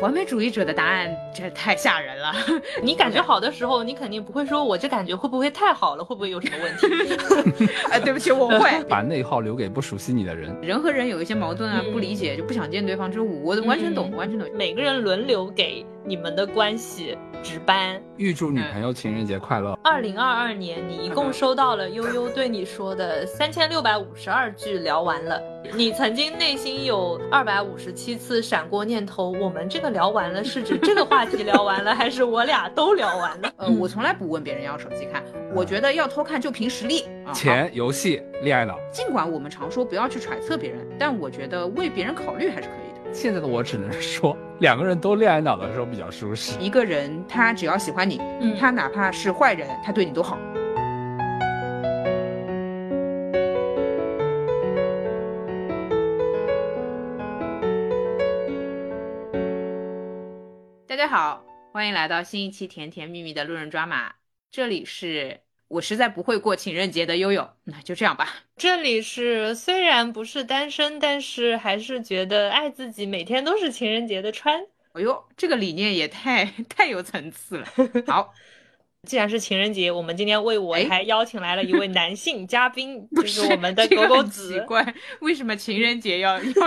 完美主义者的答案这太吓人了。你感觉好的时候，你肯定不会说我这感觉会不会太好了，会不会有什么问题？ 哎，对不起，我会。把内耗留给不熟悉你的人。 人和人有一些矛盾啊，不理解就不想见对方之五，我完全懂，嗯完全懂。每个人轮流给你们的关系值班。预祝女朋友情人节快乐。二零二二年，你一共收到了悠悠对你说的三千六百五十二句，聊完了。你曾经内心有二百五十七次闪过念头，我们这个聊完了是指这个话题聊完了，还是我俩都聊完了？ 呃，我从来不问别人要手机看，我觉得要偷看就凭实力。嗯啊钱、游戏、恋爱脑。尽管我们常说不要去揣测别人，但我觉得为别人考虑还是可以的。现在的我只能说，两个人都恋爱脑的时候比较舒适。一个人他只要喜欢你，嗯他哪怕是坏人，他对你都好。大家好，欢迎来到新一期《甜甜蜜蜜的路人抓马》，这里是我实在不会过情人节的悠悠，那就这样吧。这里是虽然不是单身，但是还是觉得爱自己，每天都是情人节的川。哎呦，这个理念也太 太有层次了。好，既然是情人节，我们今天为我哎还邀请来了一位男性 嘉宾，不就是我们的这个狗狗很奇子。怪，为什么情人节 要要去？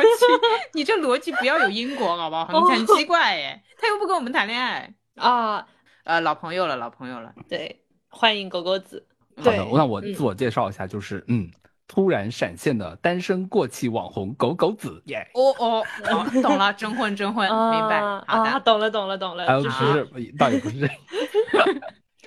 你这逻辑不要有因果好不好？哦很很奇怪耶，他又不跟我们谈恋爱。啊，呃，老朋友了，老朋友了。对，欢迎狗狗子。好对的，呃那我嗯自我介绍一下，就是嗯，突然闪现的单身过气网红狗狗子耶。哦哦，哦懂了，征婚征婚，啊明白。好啊，的，懂了懂了懂了，呃，就不是是，不是倒也 不是。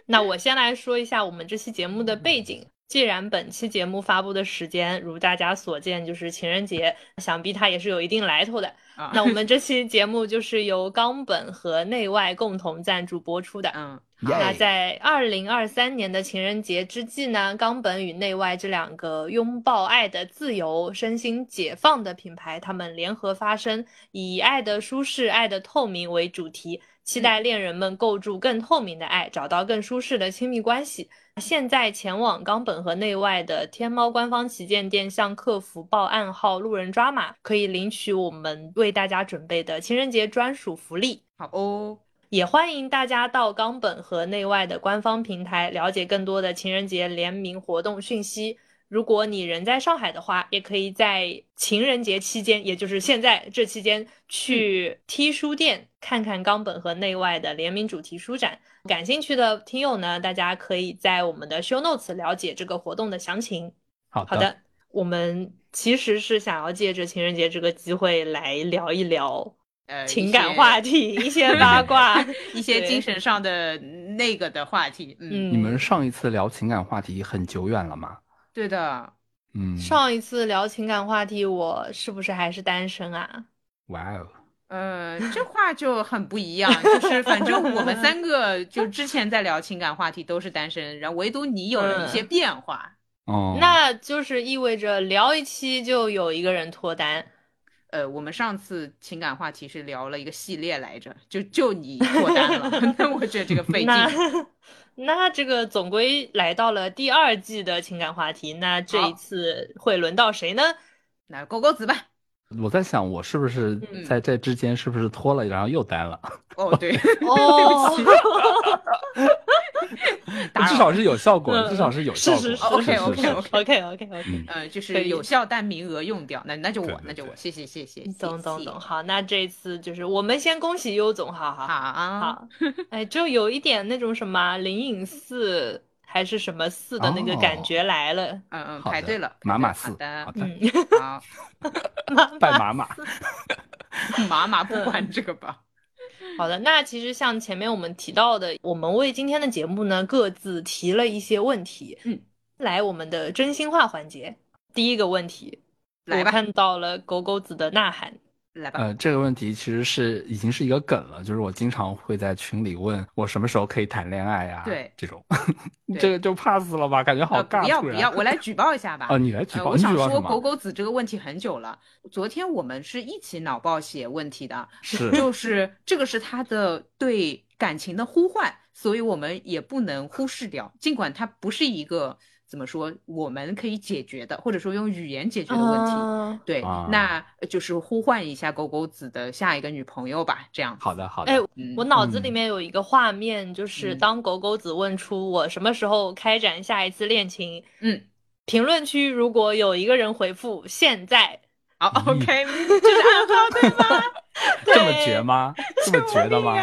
那我先来说一下我们这期节目的背景。既然本期节目发布的时间如大家所见就是情人节，想必它也是有一定来头的。啊那我们这期节目就是由冈本和内外共同赞助播 出的。嗯，耶那在二零二三年的情人节之际呢，冈本与内外这两个拥抱爱的自由、身心解放的品牌，他们联合发声，以爱的舒适、爱的透明为主题，期待恋人们构筑更透明的爱，找到更舒适的亲密关系。现在前往冈本和内外的天猫官方旗舰店向客服报暗号“路人抓马”，可以领取我们为大家准备的情人节专属福利。好哦。也欢迎大家到冈本和内外的官方平台了解更多的情人节联名活动讯息。如果你人在上海的话，也可以在情人节期间，也就是现在这期间，去 T 书店看看冈本和内外的联名主题书展。感兴趣的听友呢，大家可以在我们的 show notes 了解这个活动的详情。好好的，我们其实是想要借着情人节这个机会来聊一聊呃，情感话题，题，一些八卦。一些对精神上的那个的话题。嗯，嗯，你们上一次聊情感话题很久远了吗？对的。嗯，上一次聊情感话题，我是不是还是单身啊？哇哦，呃，这话就很不一样，就是反正我们三个就之前在聊情感话题都是单身，然后唯独你有了一嗯些变化。哦，那就是意味着聊一期就有一个人脱单。呃，我们上次情感话题是聊了一个系列来着，就就你脱单 了，那我觉得这个费劲。那 那这个总归来到了第二季的情感话题，那这一好次会轮到谁 呢？那勾勾子吧。我在想，我是不是嗯在这之间是不是脱了，然后又单了？哦，对， 哦，打扰呃至少是有效果的，嗯至少是有效是是是果。是是 OK，OK，OK OK OK OK，嗯呃，就可是以嗯有效但名额用掉，那那就对我，对那就我，对谢谢谢谢，懂嗯谢懂谢懂。好，那这次就是我们先恭喜优总，好好好啊，好，哎，就有一点那种什么灵隐寺还是什么寺的那个哦感觉来了。嗯嗯，好排的队了，马马好寺，的好，的，嗯，好，拜 马马，马马 嗯不管这个吧。 好的。那其实像前面我们提到的，我们为今天的节目呢各自提了一些问题。嗯，来我们的真心话环节。第一个问题，来我吧看到了狗狗子的呐喊。来吧，呃，这个问题其实是已经是一个梗了，就是我经常会在群里问我什么时候可以谈恋爱呀、对这种，对这个就 pass 了吧，感觉好呃，尬。不要突不然 要，我来举报一下吧。啊，你来举呃，报，我你想举报什说狗么？狗子这个问题很久了，昨天我们是一起脑爆写问题的，是 就是这个是他的对感情的呼唤，所以我们也不能忽视掉。尽管它不是一个怎么说我们可以解决的，或者说用语言解决的问题。啊对，啊那就是呼唤一下狗狗子的下一个女朋友吧，这样子。好的，好的。哎，嗯，我脑子里面有一个画面，就是嗯当狗狗子问出我什么时候开展下一次恋情，嗯，评论区如果有一个人回复现在，好咦，OK，这是暗号对吗？这么 绝吗？这么绝的吗？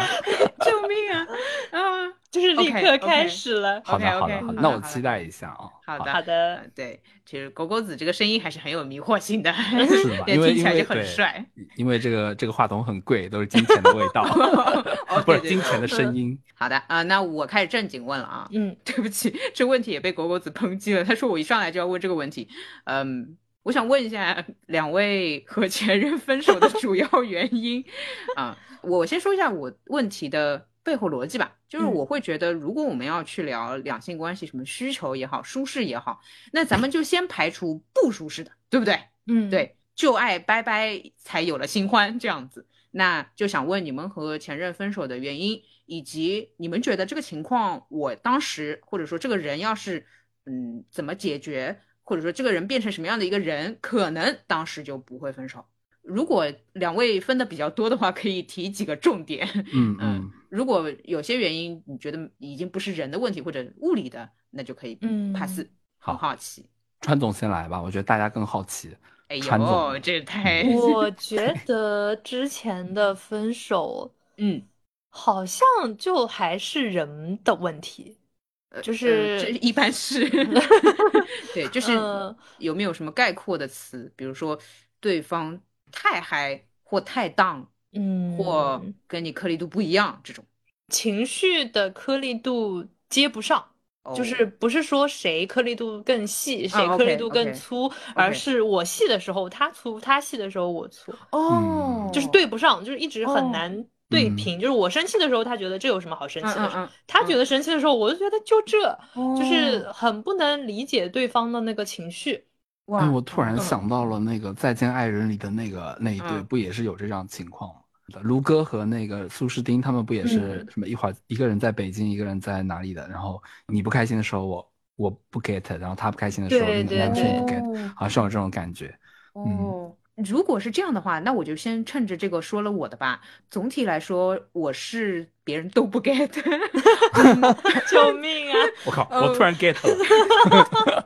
救命啊！啊就是立 OK，刻 OK 开始了。好的， OK，OK，好的，好好的的。那好我的期待一下啊。好的好的，呃对，其实狗狗子这个声音还是很有迷惑性的，？是吗也因为听起因来为就很对帅。因为这个这个话筒很贵，都是金钱的味 道，哦，不对是对金钱的声音。好的啊、那我开始正经问了啊。 嗯，对不起，这问题也被狗狗子抨击了。他说我一上来就要问这个问题，嗯，我想问一下两位和前任分手的主要原因啊、我先说一下我问题的背后逻辑吧，就是嗯我会觉得，如果我们要去聊两性关系，什么需求也好，舒适也好，那咱们就先排除不舒适的，对不对？嗯，对，旧爱拜拜才有了新欢这样子。那就想问你们和前任分手的原因，以及你们觉得这个情况，我当时或者说这个人要是嗯怎么解决，或者说这个人变成什么样的一个人，可能当时就不会分手。如果两位分的比较多的话，可以提几个重点。 嗯嗯嗯，如果有些原因你觉得已经不是人的问题或者物理的，那就可以嗯 pass。很好好奇，川总先来吧，我觉得大家更好奇。哎传总呦，这太我觉得之前的分手 嗯。好像就还是人的问题，嗯这就 是一般是，对，就是嗯有没有什么概括的词，比如说对方太嗨或太荡嗯，或跟你颗粒度不一样这种，情绪的颗粒度接不上。哦啊就是不是说谁颗粒度更细，谁颗，OK，粒度更 OK，粗，而 OK 是我细的时候他粗，他细的时候我粗，嗯哦，就是对不上，就是一直哦很难对平。就是我生气的时候，他觉得这有什么好生嗯气的嗯时候，嗯，他觉得生气的时候，我就觉得就这，嗯就是很不能理解对方的那个情绪。哇，哎，我突然嗯想到了那个《再见爱人》里的那个那一对，嗯不也是有这样情况吗？卢哥和那个苏诗丁他们不也是嗯什么一会儿一个人在北京，一个人在哪里的？然后你不开心的时候我我不 get，然后他不开心的时候对那个男对生也不对 get，好像是有这种感觉。嗯哦，如果是这样的话，那我就先趁着这个说了我的吧。总体来说，我是别人都不 get， 救命 啊！我靠，我突然 get 了。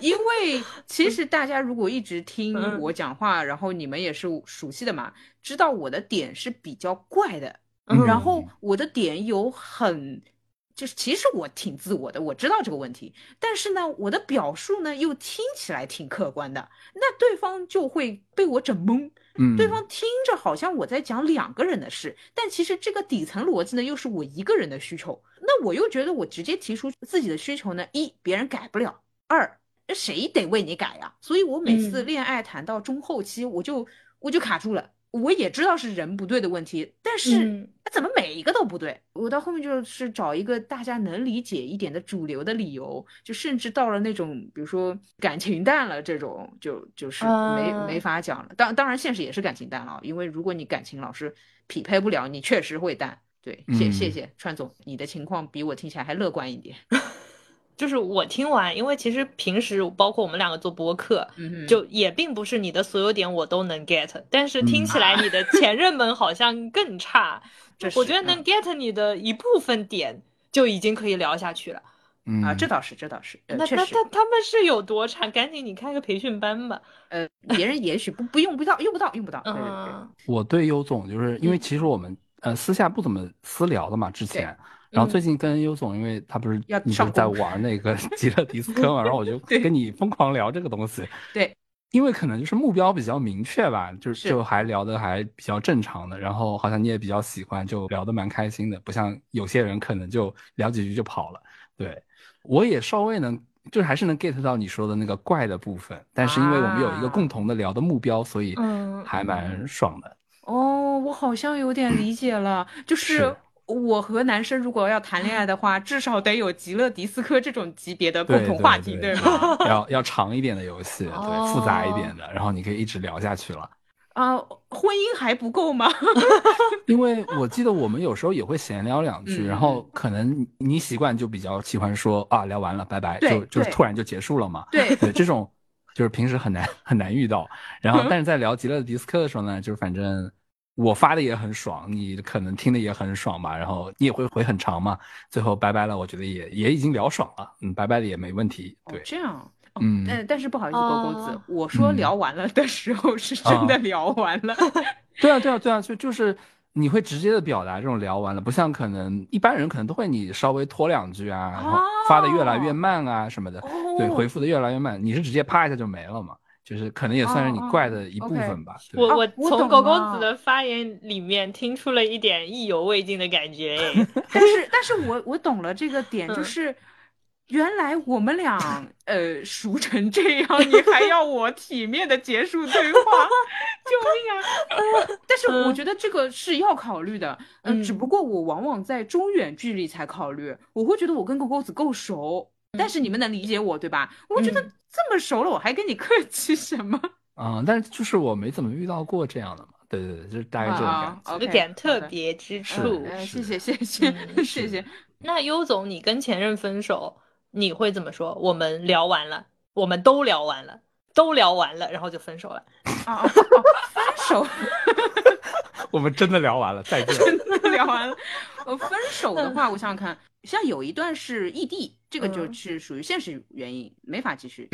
因为其实大家如果一直听嗯我讲话，然后你们也是熟悉的嘛，知道我的点是比较怪的，嗯然后我的点有很。就是其实我挺自我的，我知道这个问题，但是呢，我的表述呢又听起来挺客观的，那对方就会被我整懵。嗯，对方听着好像我在讲两个人的事，但其实这个底层逻辑呢，又是我一个人的需求。那我又觉得我直接提出自己的需求呢，一别人改不了，二谁得为你改呀、所以我每次嗯恋爱谈到中后期，我就我就卡住了。我也知道是人不对的问题，但是嗯怎么每一个都不对？我到后面就是找一个大家能理解一点的主流的理由，就甚至到了那种，比如说感情淡了这种，就就是没啊没法讲了。当当然，现实也是感情淡了，啊因为如果你感情老是匹配不了，你确实会淡。对，谢嗯谢谢川总，你的情况比我听起来还乐观一点。就是我听完，因为其实平时包括我们两个做播客，嗯哼，就也并不是你的所有点我都能 get，但是听起来你的前任们好像更差。嗯这是我觉得能 get 你的一部分点就已经可以聊下去了。嗯啊，这倒是这倒是，呃那确那实他他们是有多差？赶紧你开个培训班吧。呃，别人也许不不用不到，用不到，用不到。对对对，嗯，我对优总就是因为嗯其实我们呃私下不怎么私聊的嘛，之前。然嗯后最近跟优总，因为他不是嗯要你不上是在工玩 那个极乐迪斯科嘛，然后我就对跟你疯狂聊这个东西。对，因为可能就是目标比较明确吧，就是是就还聊的还比较正常的，然后好像你也比较喜欢，就聊得蛮开心的，不像有些人可能就聊几句就跑了。对，我也稍微能。就是还是能 get 到你说的那个怪的部分，但是因为我们有一个啊共同的聊的目标，所以嗯还蛮爽的。哦，我好像有点理解了，就是是我和男生如果要谈恋爱的话，至少得有极乐迪斯科这种级别的对共同对话题，对 吗？要要长一点的游戏，对，复杂一哦点的，然后你可以一直聊下去了。啊、婚姻还不够吗？ 因为我记得我们有时候也会闲聊两句，嗯然后可能你习惯就比较喜欢说啊，聊完了，拜拜，对就就是对突然就结束了嘛。对，对，这种就是平时很难很难遇到。然后嗯，但是在聊极乐的迪斯科的时候呢，就是反正我发的也很爽，你可能听的也很爽吧，然后你也会回很长嘛。最后拜拜了，我觉得也也已经聊爽了，嗯，拜拜的也没问题。哦对，这样。哦嗯但但是不好意思，哦狗公子，我说嗯聊完了的时候是真的聊完了，对啊，对啊，对啊，就就是你会直接的表达这种聊完了，不像可能一般人可能都会你稍微拖两句啊，然后发的越来越慢啊什么的，对，哦回复的越来越慢，你是直接啪一下就没了嘛，就是可能也算是你哦哦怪的一部 OK 分吧。对我哦我我从懂狗公了子的发言里面听出了一点意犹未尽的感觉，哎， 但是，但是我我懂了这个点，就嗯是原来我们俩 呃熟成这样，你还要我体面的结束对话，救命啊！ 呃但是我觉得这个是要考虑的，嗯，嗯只不过我往往在中远距离才考虑，我会觉得我跟狗狗子够熟，但是你们能理解我对吧？我会觉得嗯这么熟了，我还跟你客气什么？啊、但是就是我没怎么遇到过这样的嘛。对对对，就是大概这种感啊觉。啊 有，OK，点特好的。别之是处。呃，是谢谢谢谢嗯谢谢是，那优总，你跟前任分手，你会怎么说？我们聊完了，我们都聊完了，都聊完了，然后就分手了。啊啊，啊分手。 我们真的聊完了， 再见。聊完了。呃，分手的话，我想想看，像有一段是异地，这个就是属于现实原因，没法继续。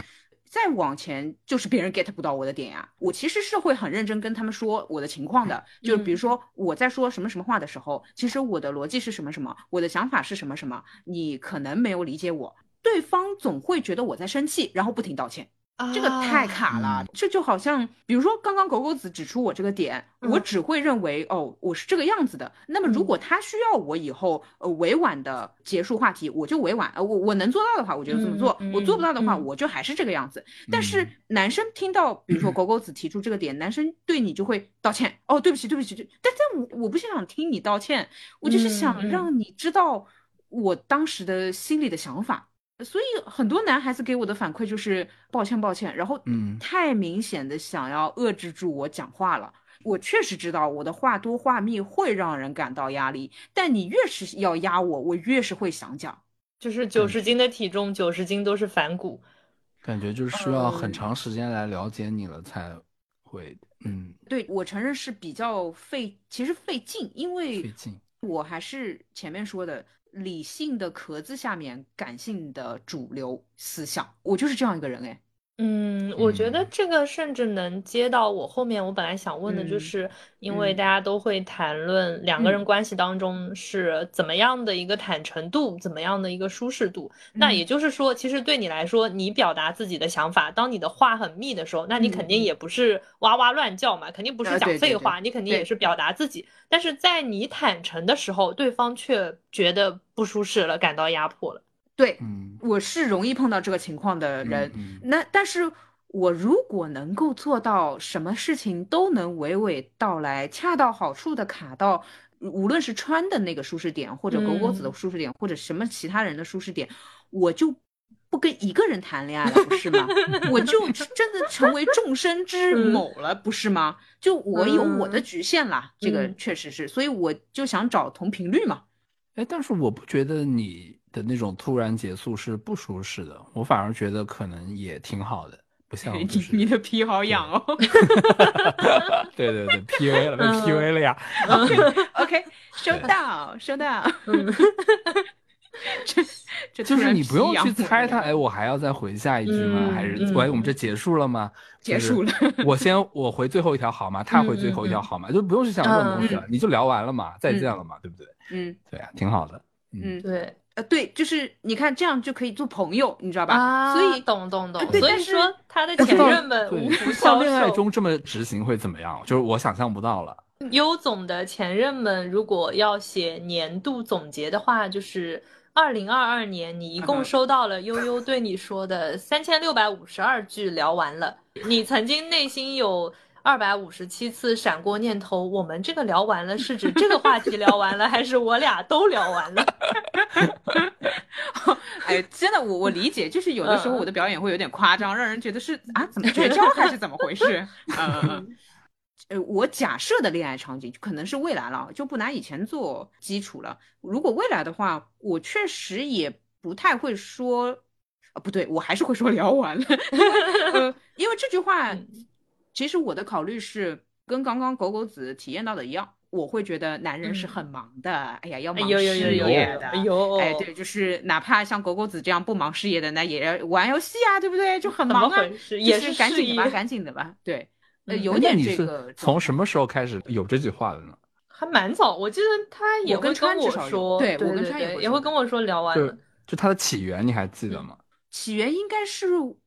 再往前就是别人 get 不到我的点呀、我其实是会很认真跟他们说我的情况的，就是比如说我在说什么什么话的时候，其实我的逻辑是什么什么，我的想法是什么什么，你可能没有理解我。对方总会觉得我在生气，然后不停道歉，这啊个太卡了。嗯这就好像，比如说刚刚狗狗子指出我这个点，嗯我只会认为哦，我是这个样子的。那么如果他需要我以后呃委婉的结束话题，我就委婉，呃我我能做到的话，我就这么做；嗯嗯我做不到的话，嗯我就还是这个样子。但是嗯男生听到，比如说狗狗子提出这个点，男生对你就会道歉，哦，对不起，对不起，对，但但我我不是想听你道歉，我就是想嗯嗯让你知道我当时的心里的想法。所以很多男孩子给我的反馈就是抱歉抱歉，然后嗯太明显的想要遏制住我讲话了。我确实知道我的话多话密会让人感到压力，但你越是要压我，我越是会想讲。就是九十斤的体重，九十斤都是反骨。感觉就是需要很嗯长时间来了解你了才会，嗯，对我承认是比较费，其实费劲，因费为劲。我还是前面说的，理性的壳子下面感性的主流思想，我就是这样一个人哎。嗯，我觉得嗯这个甚至能接到我后面我本来想问的，就嗯是因为嗯大家都会谈论两个人关系当中是怎么样的一个坦诚度，怎么样的一个舒适度。那嗯也就是说，其实对你来说，你表达自己的想法，当你的话很密的时候，那你肯定嗯也不是哇哇乱叫嘛，肯定不是啊讲对对废对话，你肯定也对是表达自己。但是在你坦诚的时候，对方却觉得不舒适了，感到压迫了。对，嗯，我是容易碰到这个情况的人，嗯嗯那但是我如果能够做到什么事情都能娓娓道来，恰到好处的卡到，无论是穿的那个舒适点，或者狗狗子的嗯舒适点，或者什么其他人的舒适点，我就不跟一个人谈恋爱了，不是吗？我 就真的成为众生之嗯某了，不是吗？就我有我的嗯局限啦，这个嗯确实是，所以我就想找同频率嘛。哎，但是我不觉得你的那种突然结束是不舒适的，我反而觉得可能也挺好的，不像就 你是，你的皮好痒哦。对 对对，PUA 了，被嗯 PUA 了呀。 OK，收对到，收到。嗯 这这突就是然你不用皮痒去我了猜他，哎，我还要再回下一句吗？嗯还是嗯喂，我们这结束了吗？结束了。就是我先我回最后一条好吗？他嗯回最后一条好吗？就不用去想这种东西了，你就聊完了嘛，再见了嘛，对不对？嗯对啊，挺好的。嗯嗯，对。呃，对，就是你看这样就可以做朋友，你知道吧？啊，所以懂懂懂啊，对所但以是说他的不前知道任呃们对无福，像消恋爱受。中这么执行会怎么样？就是我想象不到了。嗯优总的前任们如果要写年度总结的话，就是二零二二年你一嗯共哼收到了悠悠对你说的三千六百五十二句聊完了，你曾经内心有。二百五十七次闪过念头，我们这个聊完了，是指这个话题聊完了，还是我俩都聊 完了？哎，真的，我我理解，就是有的时候嗯我的表演会有点夸张，让人觉得是啊，怎么绝交还是怎么回事？嗯嗯嗯。呃，我假设的恋爱场景可能是未来了，就不拿以前做基础了。如果未来的话，我确实也不太会说，啊，不对，我还是会说聊完了，呃因为这句话，其实我的考虑是跟刚刚狗狗子体验到的一样，我会觉得男人是很忙的，哎呀，要忙有有有事有业的，有有，哎，对，就是哪怕像狗狗子这样不忙事业的，那也要玩游戏啊，对不对？就很怎么忙啊，回事？就也是是赶事紧的吧，业赶紧的吧，对，呃，嗯有哎那点你这是个从什么时候开始有这句话的呢？还蛮早，我记得他也我会跟川我至少有说，对对我跟对川也对会也说会跟我说聊完就了，就它的起源你还记得吗？起源应该是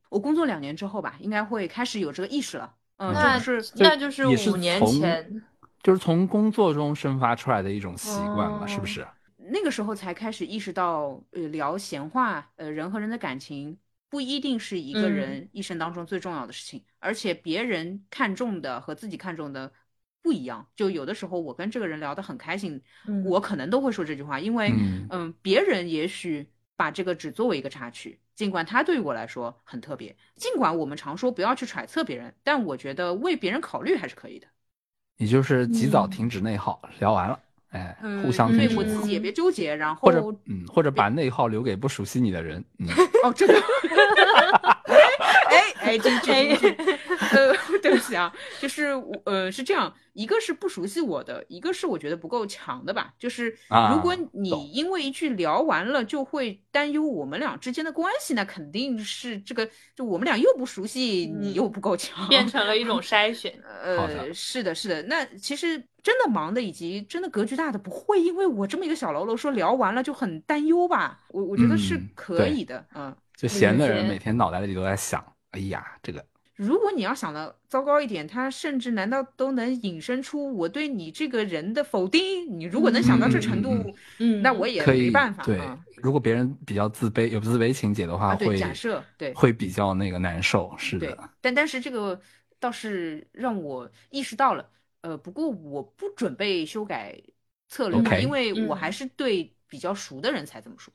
我工作两年之后吧，应该会开始有这个意识了。嗯，那就是就那就是也是五年从前，就是从工作中生发出来的一种习惯嘛，哦是不是？那个时候才开始意识到，呃，聊闲话，呃，人和人的感情不一定是一个嗯人一生当中最重要的事情，而且别人看重的和自己看重的不一样。就有的时候我跟这个人聊得很开心，嗯我可能都会说这句话，因为嗯，嗯，别人也许把这个只作为一个插曲，尽管它对于我来说很特别，尽管我们常说不要去揣测别人，但我觉得为别人考虑还是可以的。也就是及早嗯停止内耗，聊完了，哎，嗯，互相所停以止我内自耗己也别纠结，然后或者嗯，或者把内耗留给不熟悉你的人， 嗯，哦，真的， 哎哎，这这呃，对不起啊，就是我呃是这样，一个是不熟悉我的，一个是我觉得不够强的吧。就是啊如果懂你因为一句聊完了就会担忧我们俩之间的关系，那肯定是这个，就我们俩又不熟悉，你嗯又不够强，变成了一种筛选。好的 呃，是的，是的。那其实真的忙的以及真的格局大的，不会因为我这么一个小喽啰说聊完了就很担忧吧？我我觉得是嗯可对以的，嗯。就闲的人解每天脑袋里都在想，哎呀，这个如果你要想的糟糕一点，他甚至难道都能引申出我对你这个人的否定？你如果能想到这程度，嗯嗯嗯，那我也可以没办法。对嗯、，如果别人比较自卑，有自卑情节的话，啊对会假设对会比较那个难受，是对的，，但但是这个倒是让我意识到了。呃，不过我不准备修改策略嘛 OK 因为我嗯还是对比较熟的人才这么说。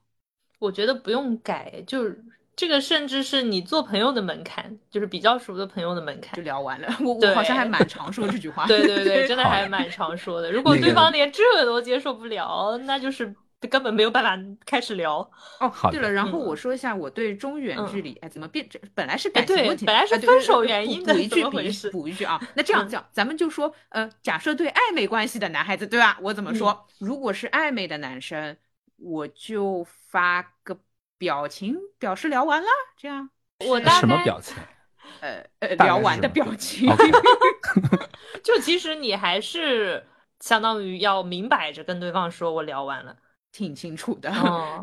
我觉得不用改，就是这个甚至是你做朋友的门槛，就是比较熟的朋友的门槛 就。聊完了，我我对好像还蛮常说这句话。 对 对对，真的好还蛮常说的。如 果那对个方连这都接受不了，那就是根本没有办法开始聊。哦好，对的了，然后嗯我说一下我对中远距离，哎，怎么变？这本来是哎感情对问题，本来啊是对分对手对原因补的补一怎句么补回一事补一句 啊。那这样嗯讲，咱们就说，呃，假设对暧昧关系的男孩子，对吧？我怎么说？嗯如果是暧昧的男生，我就发个表情表示聊完了，这样，我大啊什么概 表情哦呃呃，大概聊是完什的么表情。 ？OK，就其实你还是相当于要明摆着跟对方说，我聊完了。 挺清楚的，哦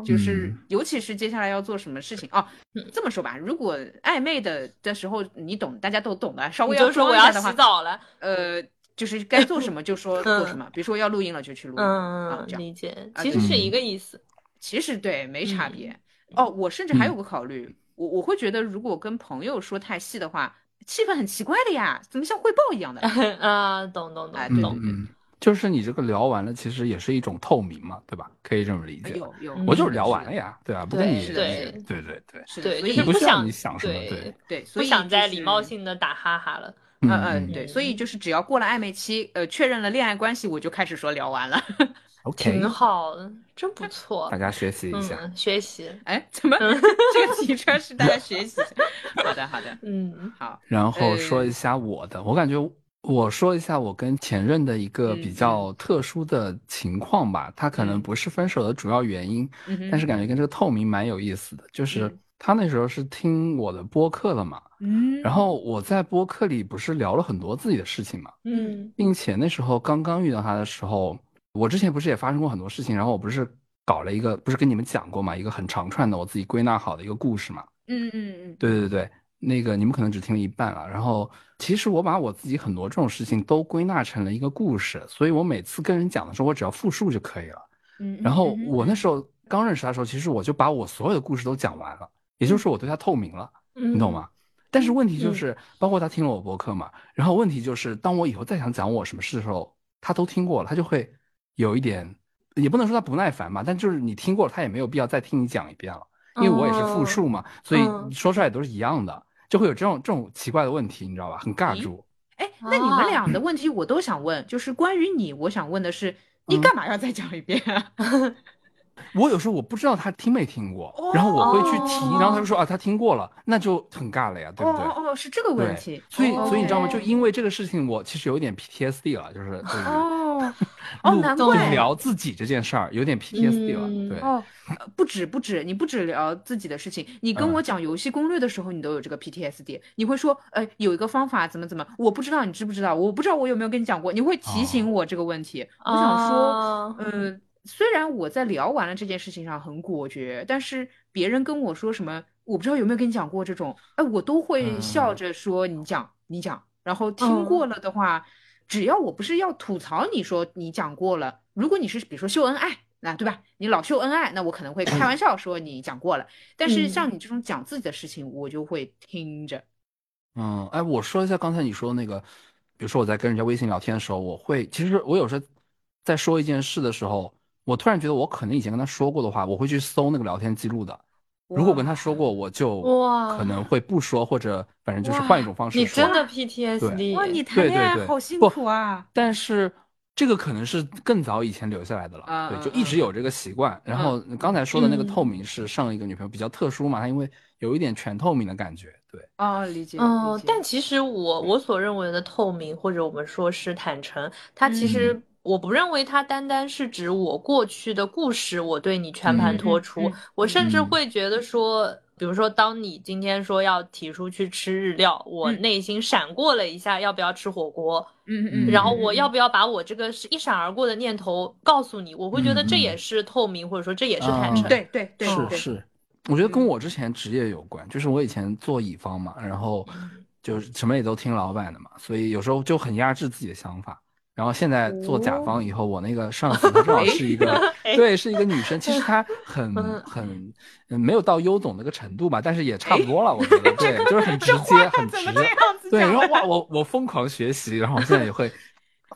就是嗯尤其是接下来要做什么事情哦嗯。这么说吧，如果暧昧的的时候你懂，大家都懂的，稍你微就说装我一下要的洗话，澡了。呃，就是该做什么就说嗯做什么，比如说要录音了就去录音啊嗯，，这样理解，啊其实对嗯是一个意思。其实对嗯没差别。哦，我甚至还有个考虑，我我会觉得如果跟朋友说太细的话，气氛很奇怪的呀，怎么像汇报一样的？ 啊，懂懂哎懂对嗯懂。嗯，就是你这个聊完了，其实也是一种透明嘛，对吧？可以这么理解，有哎有，嗯我就是是聊完的了呀，对啊，不跟对你是的那是个的对对对，是的，对，所就以是不不需要想你想什么对对，对，所不以想就再礼貌是性的打哈哈了。嗯嗯嗯，嗯对，所以就是只要过了暧昧期，呃，确认了恋爱关系，我就开始说聊完了。 ，OK，挺好的，真不错大。家学习哎一下，嗯，学习。哎，怎么嗯 这个提车是大家学习？ 好的，好的，嗯好，然后说一下我的，我感觉我说一下我跟前任的一个嗯比嗯较特殊的情况吧，他可能嗯不是分手的主要原因，嗯哼，但是感觉跟这个透明蛮有意思的，就是嗯他那时候是听我的播客了嘛，嗯，然后我在播客里不是聊了很多自己的事情嘛，嗯并且那时候刚刚遇到他的时候，我之前不是也发生过很多事情，然后我不是搞了一个，不是跟你们讲过嘛，一个很长串的我自己归纳好的一个故事嘛。嗯嗯嗯对对对，那个你们可能只听了一半啊了。然后其实我把我自己很多这种事情都归纳成了一个故事，所以我每次跟人讲的时候，我只要复述就可以了。嗯，然后嗯我那时候刚认识他的时候，其实我就把我所有的故事都讲完了，也就是说我对他透明了。嗯，你懂？吗？但是问题就嗯是，包括他听了我博客嘛，然后问题就是，当我以后再想讲我什么事的时候，他都听过了，他就会有一点，也不能说他不耐烦吧，但就是你听过了，他也没有必要再听你讲一遍了，因为我也是哦复述嘛，所以嗯你说出来也都是一样的，就会有这种这种奇怪的问题，你知道吧？很尬咦住。哎，那你们俩的问题我都想问，就是关于你，我想问的是，你干嘛要再讲一遍啊？ 我有时候我不知道他听没听过，哦然后我会去提，然后他就说啊他听过了，那就很尬了呀，对不对？哦哦哦，是这个问题对，。所以哦所以你知道吗？ OK 就因为这个事情，我其实有点 PTSD 了，就是就是哦哦，录难就怪聊自己这件事儿有点 PTSD 嗯了，对。哦，呃不止不止，你不止聊自己的事情，你跟嗯我讲游戏攻略的时候，你都有这个 PTSD，你会说，呃，有一个方法怎么怎么，我不知道你知不知道，我不知道我有没有跟你讲过，你会提哦醒我这个问题。我哦想说，说，嗯、虽然我在聊完了这件事情上很果决，但是别人跟我说什么，我不知道有没有跟你讲过这种，哎、我都会嗯笑着说你讲你讲，然后嗯听过了的话，只要我不是要吐槽你说你讲过了，如果你是比如说秀恩爱。那对吧？你老秀恩爱，那我可能会开玩笑说你讲过了。但是像你这种讲自己的事情，我就会听着。嗯，哎，我说一下刚才你说的那个，比如说我在跟人家微信聊天的时候，我会，其实我有时候在说一件事的时候，我突然觉得我可能以前跟他说过的话，我会去搜那个聊天记录的。如果跟他说过，我就哇可能会不说，或者反正就是换一种方式你说。真的 PTSD，哇，你谈对恋对爱对，好辛不苦啊！但是这个可能是更早以前留下来的了，啊嗯对，嗯就一直嗯有这个习惯。然后嗯刚才说的那个透明是上一个女朋友比较特殊嘛，她因为有一点全透明的感觉，对，哦，理解。嗯理，解但其实我我所认为的透明，或者我们说是坦诚，它其实我不认为它单单是指我过去的故事，我对你全盘嗯托嗯出。嗯我甚至嗯会觉得说，比如说，当你今天说要提出去吃日料，我嗯内心闪过了一下要不要吃火锅，嗯嗯，然后嗯我嗯要不要把我这个是一闪而过的念头告诉你？我会觉得这嗯嗯也是透明，或者说这也是坦啊诚。对对对，嗯对是是，我觉得跟嗯我之前职业有关，就是我以前做乙方嘛，然后就是什么也都听老板的嘛，所以有时候就很压制自己的想法。然后现在做甲方以后，我那个上司她正好是一个 哎对，是一个女生，其实她很嗯很嗯没有到优总那个程度吧，但是也差不多了，我觉得对，就是很直接，很怎直 么这样子对，讲然后 的？哇，我我疯狂学习，然后我现在 也会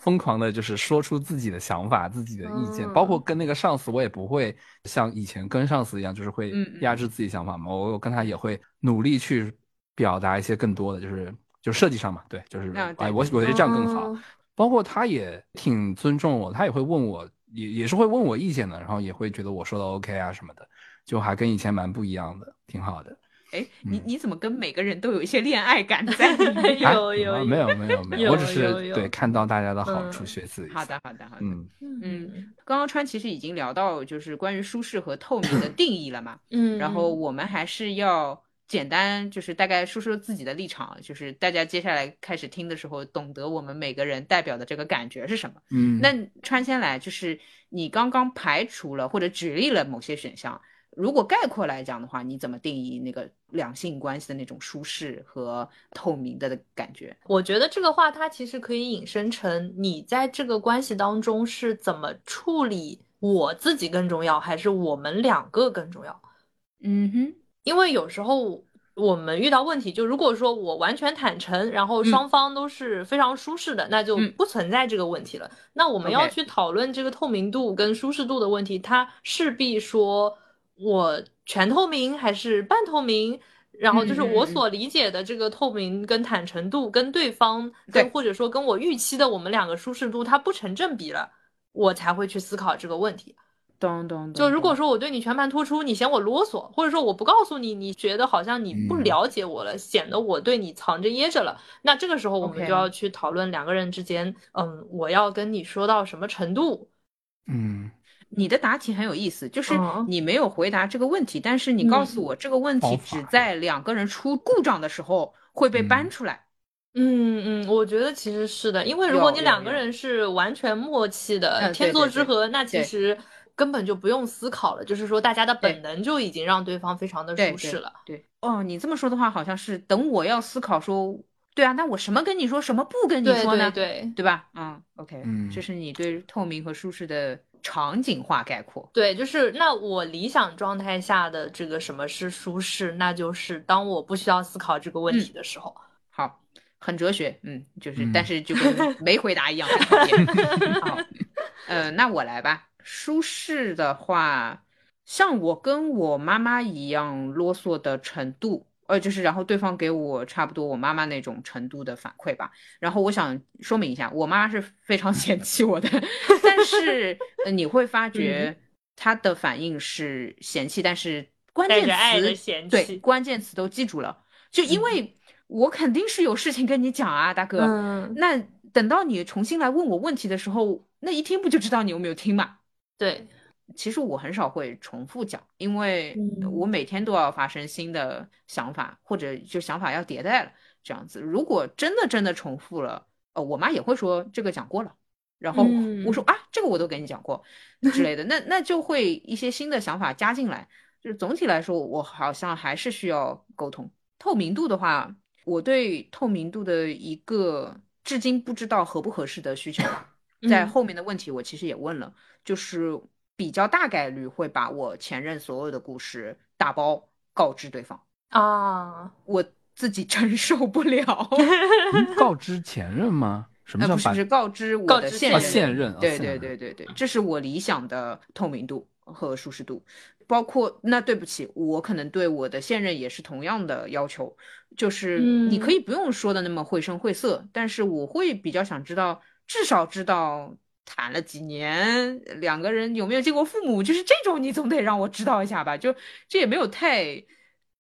疯狂的，就是说出自己的想法、自己的意见，嗯包括跟那个上司，我也不会像以前跟上司一样，就是会嗯嗯压制自己想法嘛。我我跟他也会努力去表达一些更多的，就是就是设计上嘛，对，就是啊对哎，我我觉得这样更哦好。哦 包括他也挺尊重我，他也会问我，也也是会问我意见的，然后也会觉得我说的 OK 啊什么的，就还跟以前蛮不一样的，挺好的。哎，你嗯你怎么跟每个人都有一些恋爱感在里 面？ 啊有有吗有没有没有没有我只有是有对看到大家的好处嗯学习一下。好的，好的，好的。嗯，嗯刚刚川其实已经聊到就是关于舒适和透明 的定义了嘛，嗯，然后我们还是要简单就是大概说说自己的立场，就是大家接下来开始听的时候，懂得我们每个人代表的这个感觉是什么。嗯，那川先来，就是你刚刚排除了或者举例了某些选项，如果概括来讲的话，你怎么定义那个两性关系的那种舒适和透明的感觉？我觉得这个话它其实可以引申成你在这个关系当中是怎么处理我自己更重要，还是我们两个更重要？嗯哼，因为有时候我们遇到问题，就如果说我完全坦诚，然后双方都是非常舒适的，那就嗯不存在这个问题了。那我们要 OK 去讨论这个透明度跟舒适度的问题，它势必说我全透明还是半透明。然后就是嗯嗯嗯我所理解的这个透明跟坦诚度，跟对方对跟或者说跟我预期的我们两个舒适度，它不成正比了，我才会去思考这个问题。懂懂懂。就如果懂说我对你全盘托出，你嫌我啰嗦，或者说我不告诉你，你觉得好像你不嗯了解我了，显得我对你藏着掖着了，那这个时候我们 OK 就要去讨论两个人之间，嗯，我要跟你说到什么程度？嗯，你的答题很有意思，就是嗯你没有回答这个问题，但是你告诉我这个问题方法只在两个人出故障的时候会被搬出来。嗯嗯，我觉得其实是的，因为如有果你有两个有人是完全默契的，嗯天对作对之对合，那其对实根本就不用思考了，就是说大家的本对能就已经让对方非常的对舒适了。对，哦，你这么说的话，好像是等我要思考说，对啊，那我什么跟你说，什么不跟你对说呢？对对。对吧？嗯，OK，嗯这是你对透明和舒适的场景化概括。对，就是那我理想状态下的这个什么是舒适，那就是当我不需要思考这个嗯问题的时候。好，很哲学，嗯，就是，嗯但是就跟没回答一样很讨厌。好，呃，那我来吧。舒适的话，像我跟我妈妈一样啰嗦的程度，呃，就是然后对方给我差不多我妈妈那种程度的反馈吧。然后我想说明一下，我妈是非常嫌弃我的， 但是呃你会嗯发觉她的反应是嫌弃，但是关带键着爱的词嫌对弃，关键词都记住了，就因为我肯定是有事情跟你讲啊，大哥。嗯，那等到你重新来问我问题的时候，那一听不就知道你有没有听嘛？对，其实我很少会重复讲，因为嗯我每天都要发生新的想法，或者就想法要迭代了这样子。如果真的真的重复了，呃，我妈也会说这个讲过了，然后嗯我说、啊，这个我都给你讲 过之类的，那那就会一些新的想法加进来。就是总体来说，我好像还是需要沟通。透明度的话，我对透明度的一个至今不知道合不合适的需求吧，在嗯后面的问题我其实也问了，就是比较大概率会把我前任所有的故事打包告知对方，啊，我自己承受不 了。嗯告知前任吗？什么呃，叫不是，把不是告知我告的知现现任，任现任啊对现对任对对对，这是我理想的透明度和舒适度，包括那对不起，我可能对我的现任也是同样的要求，就是你可嗯以不用说的那么绘声绘色，但是我会比较想知道，至少知道谈了几年，两个人有没有见过父母，就是这种你总得让我知道一下吧，就这也没有太。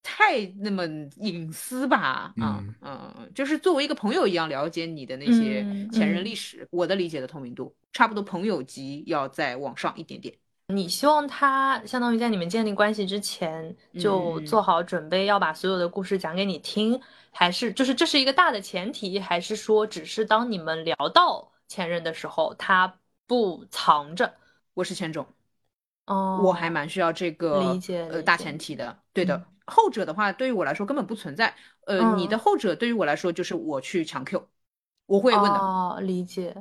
太那么隐私吧，啊嗯嗯，就是作为一个朋友一样了解你的那些嗯前任嗯历史，我的理解的透明度差不多，朋友级要再往上一点点。你希望他相当于在你们建立关系之前就嗯做好准备，要把所有的故事讲给你听，还是就是这是一个大的前提，还是说只是当你们聊到前任的时候，他不藏着？我是千种，哦，我还蛮需要这个理解呃理大解前提的。对的嗯，后者的话对于我来说根本不存在。呃，你的嗯后者对于我来说就是我去强 Q，我会问的，哦，理解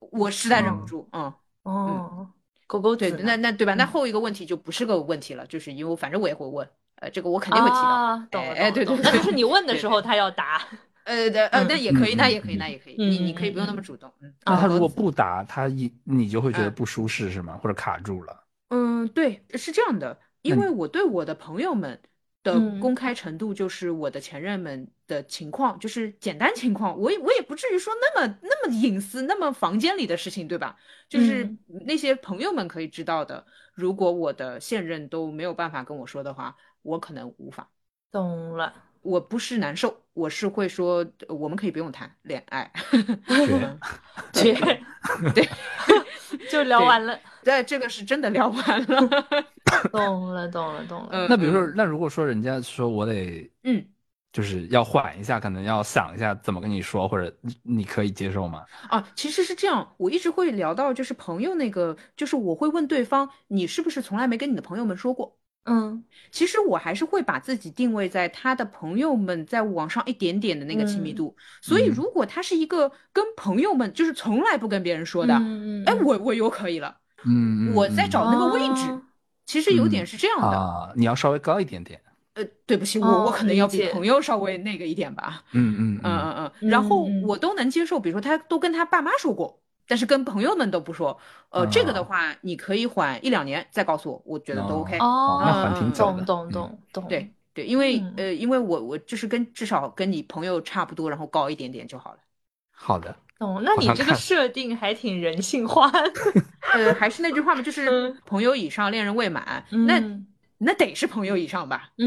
我实在忍不嗯住，嗯。哦，狗狗对，子那呢那对吧？那嗯后一个问题就不是个问题了，就是因为我反正我也会问，呃，这个我肯定会提到。啊，懂了哎懂了对懂了对那就对是你问的对时对候他要答，呃，对呃，那嗯也可以，那嗯也可以，嗯那也可以，你你嗯可以不用那嗯么主动，嗯。那啊他如狗果狗不答，他一你就会觉得嗯不舒适是吗？或者卡住了？嗯，对，是这样的，因那为我对我的朋友们的嗯公开程度，就是我的前任们的情况，就是简单情况，我也我也不至于说那么那么隐私，那么房间里的事情，对吧？就是嗯那些朋友们可以知道的，如果我的现任都没有办法跟我说的话，我可能无法。懂了。我不是难受，我是会说，呃我们可以不用谈恋爱。嗯对，对，对， 就聊对完了， 对，这个是真的聊完了。懂了，懂了，懂了。嗯那比如说，那如果说人家说我得嗯。就是要缓一下，可能要想一下怎么跟你说，或者你你可以接受吗？啊，其实是这样，我一直会聊到就是朋友那个，就是我会问对方，你是不是从来没跟你的朋友们说过？嗯其实我还是会把自己定位在他的朋友们再往上一点点的那个亲密嗯度。所以嗯如果他是一个跟朋友们就是从来不跟别人说的，嗯嗯哎，嗯我我有可以了，嗯，嗯我在嗯找那个位置，哦其实有点嗯是这样的。啊，你要稍微高一点点。呃，对不起，我我哦可能理要比解朋友稍微那个一点吧。嗯嗯嗯嗯，嗯嗯，然后嗯嗯我都能接受，比如说他都跟他爸妈说过，但是跟朋友们都不说。呃，这个的啊话，你可以缓一两年再告诉我，我觉得都哦 OK。哦哦，那还挺久懂的。懂嗯，懂懂，对对，因为嗯呃，因为我我就是跟至少跟你朋友差不多，然后高一点点就好了。好的。懂。那好你像这个看设定还挺人性化的。 呃，还是那句话嘛，就是嗯朋友以上，恋人未满，那嗯那得是朋友以上吧。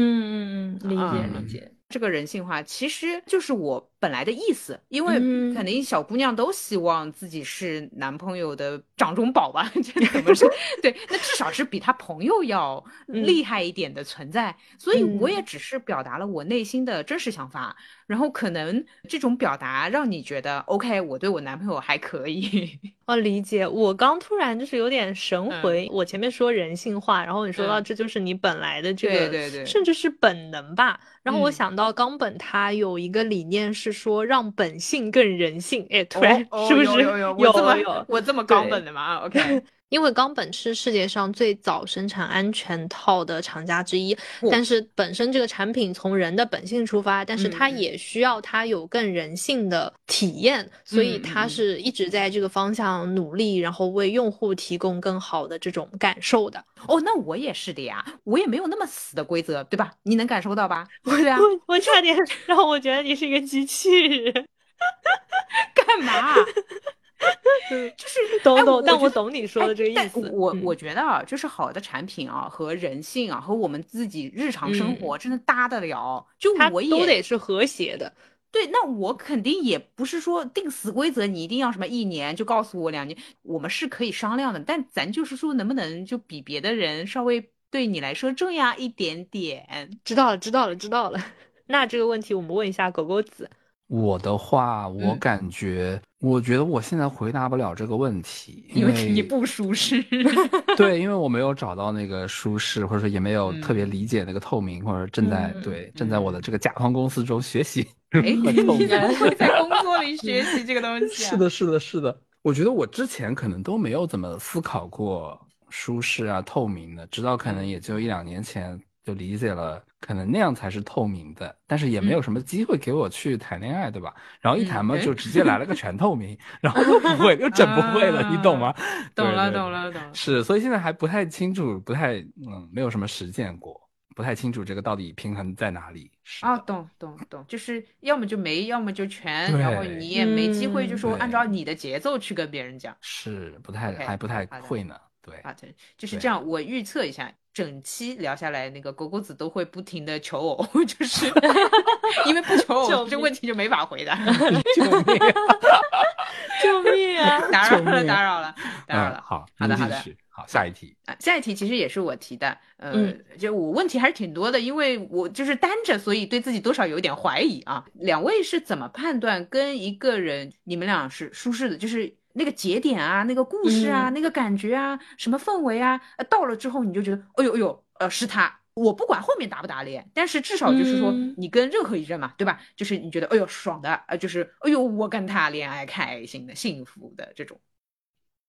嗯嗯嗯，理解嗯理解。这个人性化其实就是我本来的意思，因为嗯肯定小姑娘都希望自己是男朋友的掌中宝吧， 这怎么说？对，那至少是比他朋友要嗯厉害一点的存在。所以我也嗯只是表达了我内心的真实想法，然后可能这种表达让你觉得 OK，我对我男朋友还可以。 哦，理解。我刚突然就是有点神嗯回，我前面说人性化，然后你说到嗯这就是你本来的这对个，对对，甚至是本能吧。然后我嗯想到冈本他有一个理念是说让本性更人性，哎，突然哦哦是不有是有有我这有么有我这么高 对本的吗？OK，因为冈本是世界上最早生产安全套的厂家之一，哦但是本身这个产品从人的本性出发，但是它嗯嗯也需要它有更人性的体验，所以嗯嗯它嗯是一直在这个方向努力，然后为用户提供更好的这种感受的。哦，那我也是的呀，我也没有那么死的规则，对吧？你能感受到吧？ 对啊，我我差点让我觉得你是一个机器人，干嘛？啊 就是懂哎懂， 但觉我得哎懂你说的这个但意思。我嗯我觉得啊，就是好的产品啊，和人性啊，和我们自己日常生嗯活真的搭得了。就它我也都得是和谐的。对，那我肯定也不是说定死规则，你一定要什么一年就告诉我两年，我们是可以商量的，但咱就是说能不能就比别的人稍微对你来说重要一点点？知道了，知道了，知道了。 那这个问题我们问一下狗狗子，我的话，我嗯感觉，我觉得我现在回答不了这个问题，因为为你不舒适。对，因为我没有找到那个舒适，或者说也没有特别嗯理解那个透明，或者正在嗯对正在我的嗯这个甲方公司中学习 如哎，何透你明。怎么会在工作里学习这个东西啊？是，的，是的，是的。我觉得我之前可能都没有怎么思考过舒适啊、透明的，直到可能嗯也就一两年前就理解了，可能那样才是透明的。但是也没有什么机会给我去谈恋爱，对吧？然后一嗯谈嘛，对啊就直接来了个全透明， 然后又不会，又整不会了，你懂吗？ 懂对了，对懂对了，懂了。是，所以现在还不太清楚，不太嗯，没有什么实践过，不太清楚这个到底平衡在哪里。是啊，的，懂懂懂，就是要么就没，要么就全，然后对你也没机会，就嗯说按对照你的节奏去跟别人讲是不太 OK，还不太好的会呢。对，啊，对，就是对这样。我预测一下，整期聊下来，那个狗狗子都会不停的求偶， 就是 因为不求救偶，这命问题就没法回答。 救命！救命 啊！打扰了，命打扰了，打扰嗯，了。好，好您的继好的续好，下一题。啊，下一题其实也是我提的，呃，嗯就我问题还是挺多的，因为我就是单着，所以对自己多少有一点怀疑啊。两位是怎么判断跟一个人你们俩是舒适的，就是那个节点啊、那个故事啊、嗯那个感觉啊、什么氛围啊，呃到了之后你就觉得，哎呦哎呦，呃，是他。我不管后面打不打脸，但是至少就是说，嗯你跟任何一任嘛，对吧？就是你觉得，哎呦，爽的，呃，就是，哎呦，我跟他恋爱开心的、幸福的这种。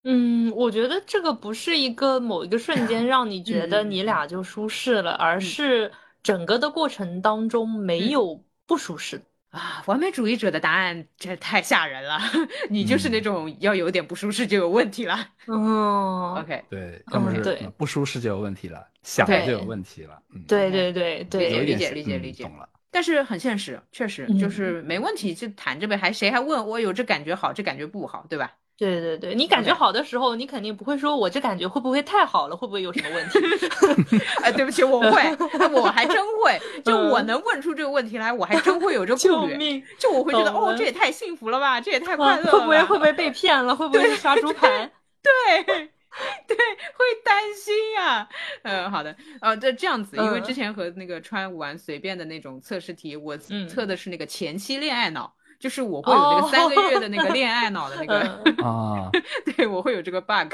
嗯，我觉得这个不是一个某一个瞬间让你觉得你俩就舒适了，而是整个的过程当中没有不舒适的。啊，完美主义者的答案这太吓人了， 你就是那嗯种要有点不舒适就有问题了。嗯， OK，对，要么嗯是对嗯不舒适就有问题了，想对了就有问题了。嗯，对对对理解有对，一点理解是理解嗯理解懂了。但是很现实，确实嗯就是没问题就谈着呗，还谁还问我有这感觉好，这感觉不好，对吧？ 对对对，你感觉 OK 好的时候，你肯定不会说我这感觉会不会太好了，会不会有什么问 题？哎，对不起，我会，哎我还真 会，就我能问出这个问题来，我还真会有这嗯救顾虑，命！就我会觉得懂哦，了这也太幸福了吧，这也太啊，快乐了会不会吧会不会 被骗了？会不会是杀猪盘？嗯对 对，会担心呀、嗯，好的，呃，这这样子，因为嗯之前和那个川玩随便的那种测试题，我嗯测的是那个前期恋爱脑。就是我会有那个哦三个月的那 个恋爱脑的那个，嗯，啊， 对我会有这个 bug。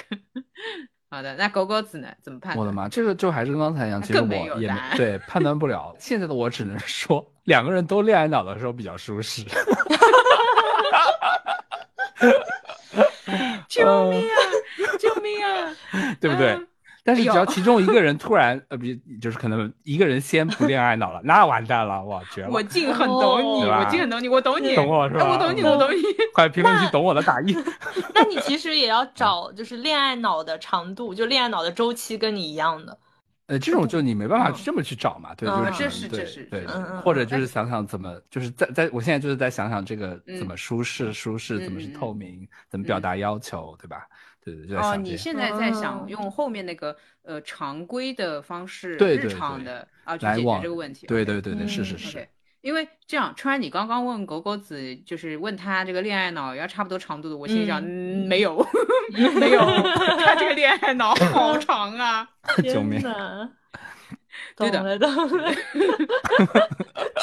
好的，那狗狗子呢？怎么判我的断？妈，这个就还是跟刚才一样，其实更没有我也答没案对判断不了。现在的我只能说，两个人都恋爱脑的时候比较舒适。救命啊！救命啊！对不对嗯？但是只哎呦要其中一个人突然呃，比就是可能一个人先不恋爱脑了，那完蛋了，哇，绝了！我竟很懂你，我对吧竟很懂你，我懂你，懂我是哎我吧懂你，我懂你。快评论区那懂我的打一。那你其实也要找就是恋爱脑的长度，就恋爱脑的周期跟你一样的。呃，这种就你没办法嗯这么去找嘛，对，嗯就是这是只能对这是对，这对是嗯嗯或者就嗯是想想怎么，就是在在我现在就是在想想这个嗯怎么舒适，舒适怎么是嗯嗯嗯透明，怎么表嗯达要求，对吧？对对，就在哦，想你这些现在在想哦用后面那个呃常规的方式，对日对常对的啊去来解决往这个问题。对对对对，是是嗯是 OK，因为这样，川，你刚刚问狗狗子，就是问他这个恋爱脑要差不多长度的，我心想，嗯，没有， 没有，他这个恋爱脑 好长啊。 救命天 哪！懂对的了，懂了，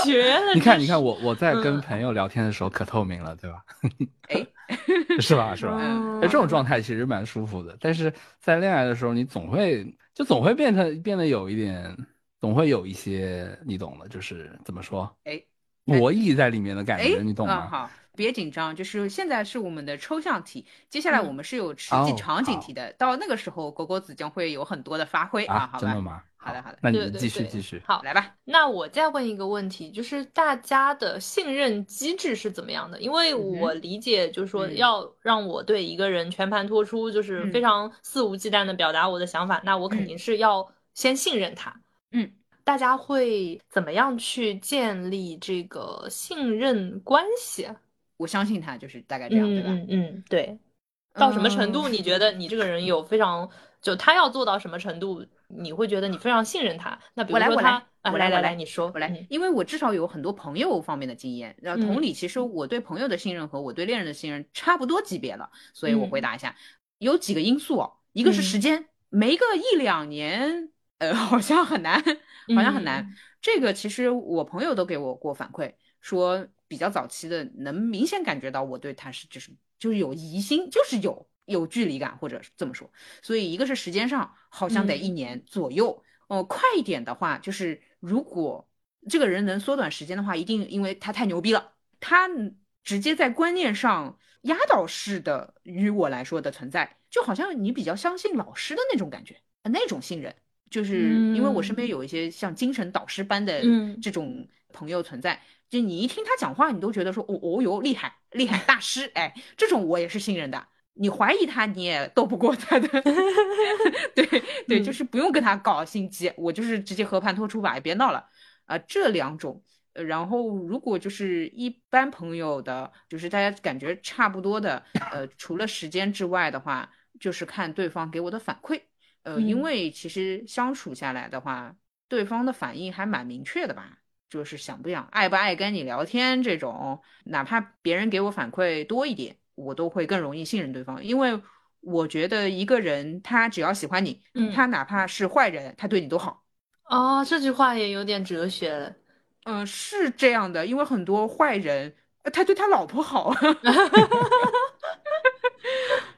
绝了！你看这你看我我在跟嗯朋友聊天的时候可透明了，对吧？ 哎，是吧？是吧？嗯哎，这种状态其实蛮舒服的，但是在恋爱的时候，你总会就总会变成变得有一点，总会有一些你懂的，就是怎么说哎哎博弈在里面的感觉，哎，你懂嗯，吗？好，别紧张，就是现在是我们的抽象题，接下来我们是有实际嗯哦场景好题的，到那个时候狗狗子将会有很多的发挥啊，好真的吧，吗？好的好的那你对们对继续对继续。好，来吧，那我再问一个问题，就是大家的信任机制是怎么样的？因为我理解，就是说嗯要让我对一个人全盘托出，就是嗯非常肆无忌惮的表达我的想法，那我肯嗯定是要先信任他。嗯，大家会怎么样去建立这个信任关系啊？我相信他就是大概这样，对嗯吧？嗯嗯，对。到什么程度，嗯你觉得你这个人有非常就他要做到什么程度，你会觉得你非常信任他？那比如我来说我他来啊，我来来来我来，来你说，我来嗯，因为我至少有很多朋友方面的经验。然后同理，其实我对朋友的信任和我对恋人的信任差不多级别了，所以我回答一下，有几个因素哦，一个是时间，没个一两年，呃， 好像很难，嗯好像很难。这个其实我朋友都给我过反馈，说比较早期的能明显感觉到我对他是就是就是有疑心，就是有有距离感，或者是这么说。所以一个是时间上好像得一嗯年左右，呃，快一点的话就是如果这个人能缩短时间的话，一定因为他太牛逼了，他直接在观念上压倒式的于我来说的存在，就好像你比较相信老师的那种感觉，呃那种信任，就是因为我身边有一些像精神导师般的嗯这种朋友存在，就你一听他讲话，你都觉得说哦哦哟厉害厉害大师，哎，这种我也是信任的。你怀疑他，你也斗不过他的。 对对，嗯就是不用跟他搞心机，我就是直接和盘托出吧，也别闹了。啊，这两种。呃然后如果就是一般朋友的，就是大家感觉差不多的，呃，除了时间之外的话，就是看对方给我的反馈。呃，因嗯为其实相处下来的话，对方的反应还蛮明确的吧，就是想不想、爱不爱跟你聊天这种，哪怕别人给我反馈多一点，我都会更容易信任对方，因为我觉得一个人他只要喜欢你，嗯他哪怕是坏人，他对你都好。哦，这句话也有点哲学了。嗯、呃是这样的，因为很多坏人，呃他对他老婆好。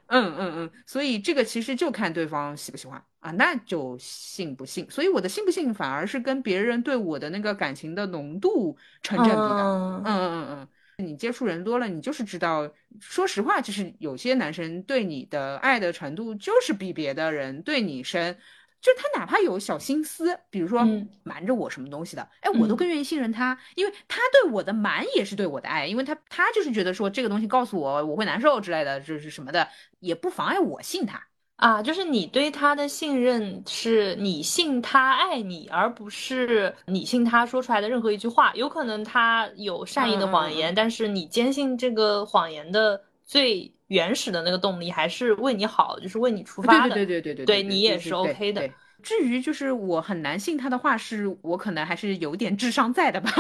嗯嗯嗯，所以这个其实就看对方喜不喜欢啊，那就信不信。所以我的信不信反而是跟别人对我的那个感情的浓度成正比的。嗯嗯嗯嗯嗯，你接触人多了，你就是知道，说实话，就是有些男生对你的爱的程度就是比别的人对你深。就他哪怕有小心思，比如说嗯瞒着我什么东西的，哎，我都嗯更愿意信任他，因为他对我的瞒也是对我的爱，因为他他就是觉得说这个东西告诉我我会难受之类的，就是什么的，也不妨碍我信他。啊，就是你对他的信任是你信他爱你，而不是你信他说出来的任何一句话。有可能他有善意的嗯谎嗯嗯言，但是你坚信这个谎言的最原始的那个动力还是为你好，就是为你出发的。对对对对对对，对你也就是对 OK 的对至于就是我很难信他的话，是我可能还是有点智商在的 吧，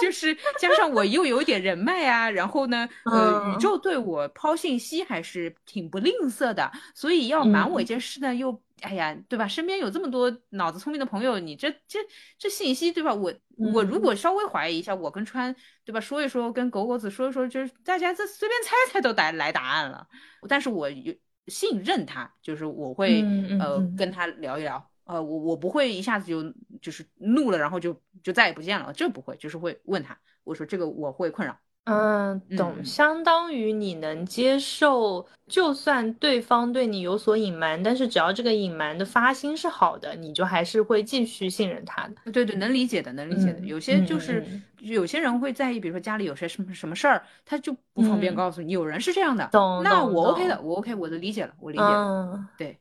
就是加上我又有点人脉啊，然后呢，呃，嗯宇宙对我抛信息还是挺不吝啬的，所以要瞒嗯我一件事呢，又哎呀，对吧？身边有这么多脑子聪明的朋友，你这这这信息对吧？我我如嗯果稍微怀疑一下，我跟川对吧说一说，跟狗狗子说一说，就是大家这随便猜猜都来来答案了。但是我有信任他，就是我会、嗯嗯呃嗯跟他聊一聊，呃，我我不会一下子就就是怒了，然后就就再也不见了，这不会，就是会问他，我说这个我会困扰，嗯，懂，嗯相当于你能接受，就算对方对你有所隐瞒，但是只要这个隐瞒的发心是好的，你就还是会继续信任他的。对对，能理解的，能理解的。嗯有些嗯就嗯是嗯有些人会在意，比如说家里有些什么什么事儿，他就不方便嗯告诉你。有人是这样的，懂那懂我 OK 的，懂我 OK，我的理解了，我理解了。嗯，对，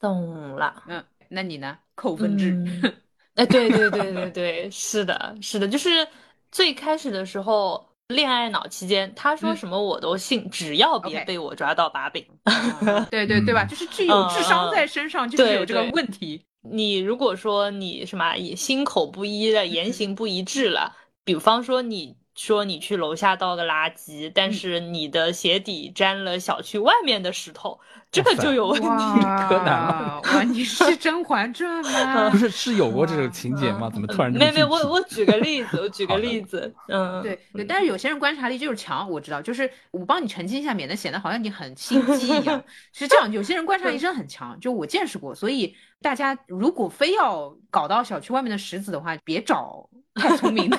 懂了。嗯，那你呢？扣分制， 嗯， 哎，对对对对对，是的，是的，就是最开始的时候，恋爱脑期间，他说嗯什么我都信，只要别 OK 被我抓到把柄。啊对对对吧？嗯就是具有智商嗯嗯在身上，就是有对这个对问题。你如果说你什么也心口不一嗯了，言行不一致了，比方说你说你去楼下倒个垃圾，但嗯是你的鞋底沾了小区外面的石头，这个塞就 有问题。 柯南吗哇哇，你是《甄嬛传》吗 不？是是有过这个情节吗？怎么突然这 没么有没有，我我举具体个例子，我举个好的例子，嗯，对对，但是有些人观察力就是强，我知道，就是我帮你澄清一下，免得显得好像你很心机一样。是这样，有些人观察力真的很强，就我见识过，所以大家如果非要 搞到小区外面的石子的话，别找太聪明的。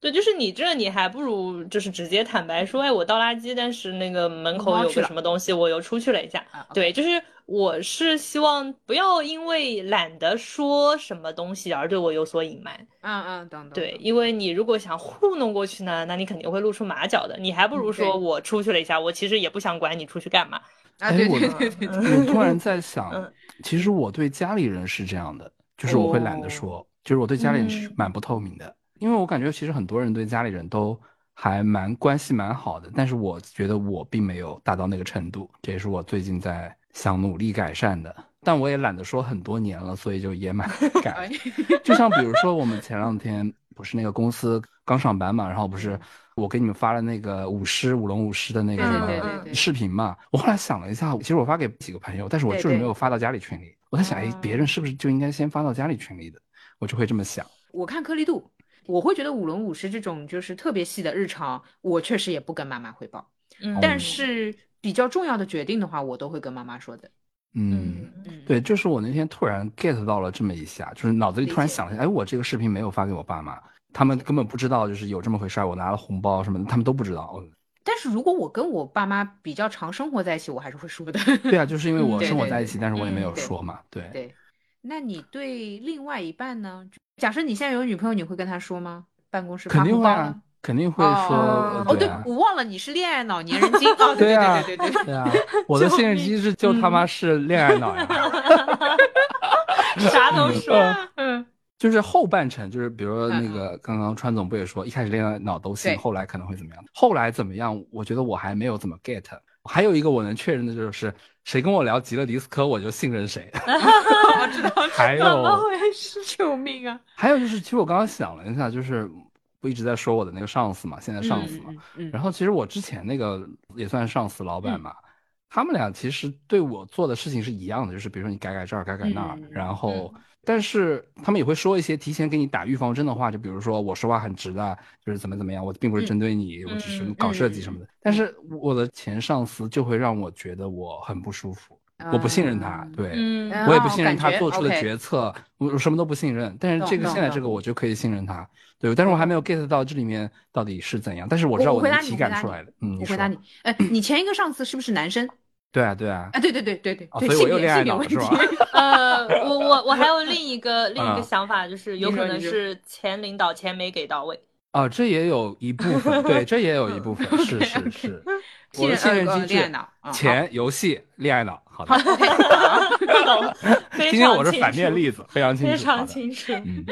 对，就是你这你还不如就是直接坦白说，哎，我倒垃圾，但是那个门口猫有去个了什么东西，我又出去了一下。啊，对，就是我是希望不要因为懒得说什么东西而对我有所隐瞒。嗯嗯，等等，对，等因为你如果想糊弄过去呢，那你肯定会露出马脚的。你还不如嗯对说我出去了一下，我其实也不想管你出去干嘛。啊，哎对我对对对 对， 我突然在想嗯，其实我对家里人是这样的，就是我会懒得说，就是我对家里人是哦嗯蛮不透明的，因为我感觉其实很多人对家里人都还蛮关系蛮好的，但是我觉得我并没有达到那个程度，这也是我最近在想努力改善的。但我也懒得说很多年了，所以就 也蛮改哎，就像比如说，我们前两天不是那个公司刚上班嘛，然后不是我给你们发了那个舞狮舞龙舞狮的那个什嗯对对么对视频嘛？我后来想了一下，其实我发给几个朋友，但是我对就是没对有发到家里群里。我在想，哎哦，别人是不是就应该先发到家里群里的？我就会这么想。我看颗粒度，我会觉得舞龙舞狮这种就是特别细的日常，我确实也不跟妈妈汇报，哦嗯，但是比较重要的决定的话，我都会跟妈妈说的。嗯，嗯，嗯，对，就是我那天突然 get 到了这么一下，就是脑子里理突然解想了一下，哎，我这个视频没有发给我爸妈，他们根本不知道，就是有这么回事儿，我拿了红包什么的，他们都不知道。哦但是如果我跟我爸妈比较常生活在一起，我还是会说的。对啊，就是因为嗯我对生活对在一对起，但是我也没嗯有对说嘛，对。对，那你对另外一半呢？假设你现在有女朋友，你会跟她说吗？办公室肯发定红会包啊呢？，肯定会说，哦哦，对对啊，我忘了你是恋爱脑年人精哦，对对啊对对对对对啊，我的救信任命机制嗯就他妈是恋爱脑呀，啥都说。啊哦嗯，就是后半程，就是比如说嗯那个刚刚川总不也说，一开始恋爱脑都行，对后来可能会怎么样？后来怎么样？我觉得我还没有怎么 get。还有一个我能确认的就是，谁跟我聊极乐迪斯科，我就信任谁。 我知道，还怎么有，回事？救命啊！还有就是，其实我刚刚想了一下，就是不一直在说我的那个上司嘛，现在上司嘛，嗯，嗯嗯然后其实我之前那个也算上司老板嗯嘛，他们俩其实对我做的事情是一样的，就是比如说你改改这儿，改改那儿，嗯然后、但是他们也会说一些提前给你打预防针的话，就比如说我说话很直的，啊就是怎么怎么样，我并不嗯是针对你，我只是嗯搞设计什么的。但是我的前上司就会让我觉得我很不舒服，我不信任他啊，对。嗯嗯我也不哦信感任他觉做出的，OK 决策，我我什么都不信任。但是懂这个懂现在懂这个我就可以信任他，对。但是我还没有 get 到这里面到底是怎样，但是我知道我回能答你体我感回答出你来的。嗯，我说回答你，哎，你前一个上司是不是男生？对啊，对啊，啊，对对对对对哦，对所以我性又别恋爱性别脑问是题，吧呃，我我我还有另一 个另一个嗯想法，就是有你可说能你说是前领导钱没给 到位。啊，这也有一部分，对，这也有一部分，是是是。我的 信信任任呃机恋爱制脑啊，钱、游戏、恋爱脑，好的。非今天我常是清反面楚例子，非常清非楚，好常的清楚。嗯，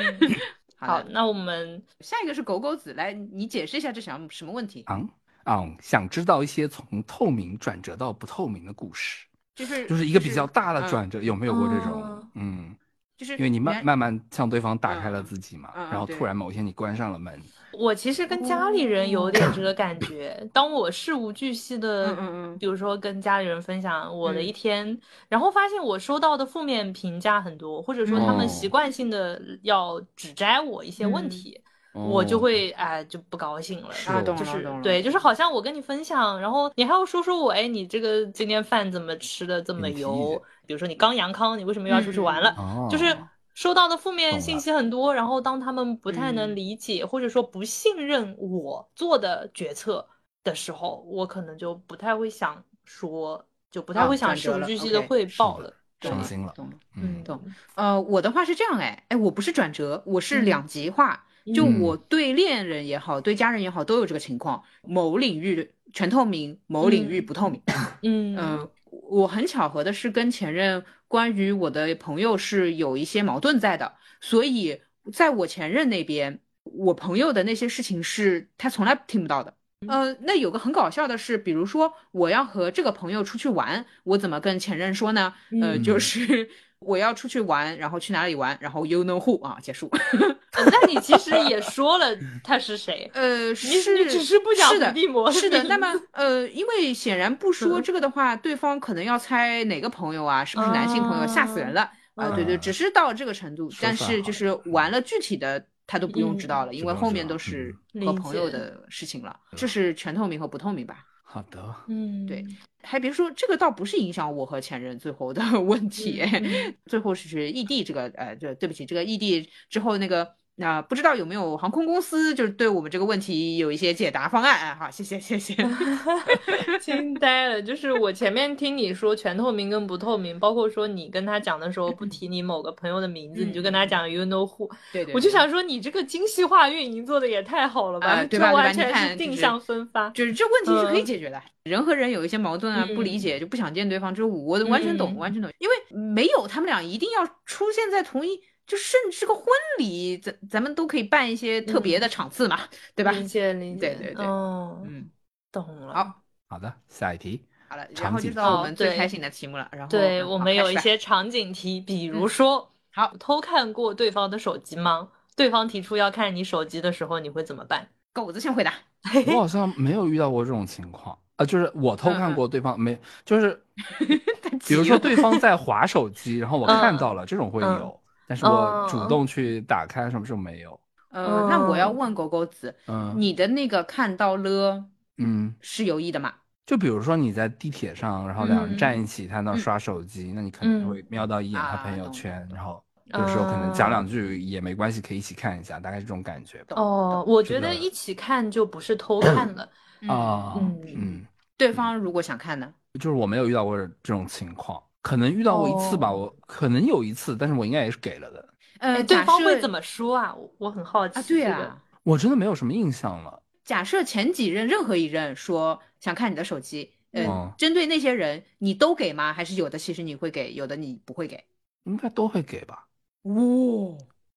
好好的，，那我们下一个是狗狗子，来，你解释一下这想什么问题？昂昂，啊想知道一些从透明转折到不透明的故事，就是嗯就是一个比较大的，转折，有没有过这哦种？嗯。就是因为你慢原慢慢向对方打开了嗯自己嘛，嗯嗯然后对突然某一天你关上了门，我其实跟家里人有点这个感觉，当我事无巨细嗯的，嗯嗯，比如说跟家里人分享我的嗯一天，然后发现我收到的负面评价很多，或者说他哦们习惯性的要指摘我一些嗯问题，哦我就会哎就不高兴了。是啊，的哦懂就了是懂了，对，就是好像我跟你分享，然后你还要说说我，哎，你这个今天饭怎么吃的这么你提意油见？比如说你刚阳康，你为什么又要出去玩了？哦，就是收到的负面懂信了息很多，然后当他们不太能嗯理解、或者说不信任我做的决策的时候，我可能就不太会想说，就不太啊会想转事折无了巨细，OK 的汇报是的了。对伤心了，懂了。嗯，懂呃，我的话是这样，哎哎，我不是转折，我是嗯两极化。就嗯我对恋人也好，对家人也好，都有这个情况。某领域全透明，某领域嗯不透明。嗯嗯、我很巧合的是跟前任关于我的朋友是有一些矛盾在的，所以在我前任那边，我朋友的那些事情是他从来听不到的。呃，那有个很搞笑的是，比如说我要和这个朋友出去玩，我怎么跟前任说呢？呃，嗯就是 我要出去玩，然后去哪里玩，然后 you know who 啊，结束。，那你其实也说了他是谁呃，你是你只是不讲是伏的，地魔是 的，的那意么呃，因为显然不说嗯这个的话，对方可能要猜哪个朋友啊，是不是男性朋友，吓死人了啊！对对，嗯只是到这个程度说，但法是好就了是玩了具体的他都不用知道了，因就为不后用知面道都是嗯和理朋友解的事情了，这是全透明和不透明吧？好的，嗯，对还别说，这个倒不是影响我和前任最后的问题，嗯嗯最后是异地这个，呃，就对不起，这个异地之后那个那、不知道有没有航空公司就是对我们这个问题有一些解答方案啊？好，谢谢谢谢。 嗯惊呆了，就是我前面听你说全透明跟不透明，包括说你跟他讲的时候不提你某个朋友的名字，嗯你就跟他讲 you know who，对对，我就对想说你这个精细化运营做的也太好了吧，啊这对吧对吧完你全看是就定是向分发。就是这问题是可以嗯解决的，人和人有一些矛盾啊，不理解就不想见对方，这我我完全懂，嗯完全懂，因为没有他们俩一定要出现在同一，就甚至个婚礼，咱咱们都可以办一些特嗯别的场次嘛，对吧？理解理对解，对对哦，嗯，懂了。好，好的，下一题，好了，然场后就景到哦我们最对开心的题目了，然后对嗯我好们开有始一吧嗯些场景题，比如说，好偷看过对方的手机吗？对方提出要看你手机的时候，你会怎么办？狗子先回答， 我好像没有遇到过这种情况啊、呃就是我偷嗯看过对方没，就是 比如说对方在划手机，然后我嗯看到了，这种会有，但是我主动去打开什么时候没有？呃，那我要嗯问狗狗子，哦嗯你的那个看到了嗯，是有意的吗？就比如说你在地铁上，然后两人站一起，他那嗯刷手机，那你可能会瞄到一眼他啊朋友懂哦圈，然后有时候可能啊讲两句也没关系，可以一起看一下，大概是这种感觉吧。懂 哦，我觉得一起看就不是偷看 了。嗯，啊，嗯嗯，对方如果想看呢，就是我没有遇到过这种情况，可能遇到过一次吧，哦我可能有一次，但是我应该也是给了的。呃，哎对假方会设怎么说啊？我我很好奇。啊？对这个啊，我真的没有什么印象了。假设前几任任何一任说想看你的手机，呃，嗯针对那些人，你都给吗？还是有的其实你会给，有的你不会给？应该都会给吧？哦，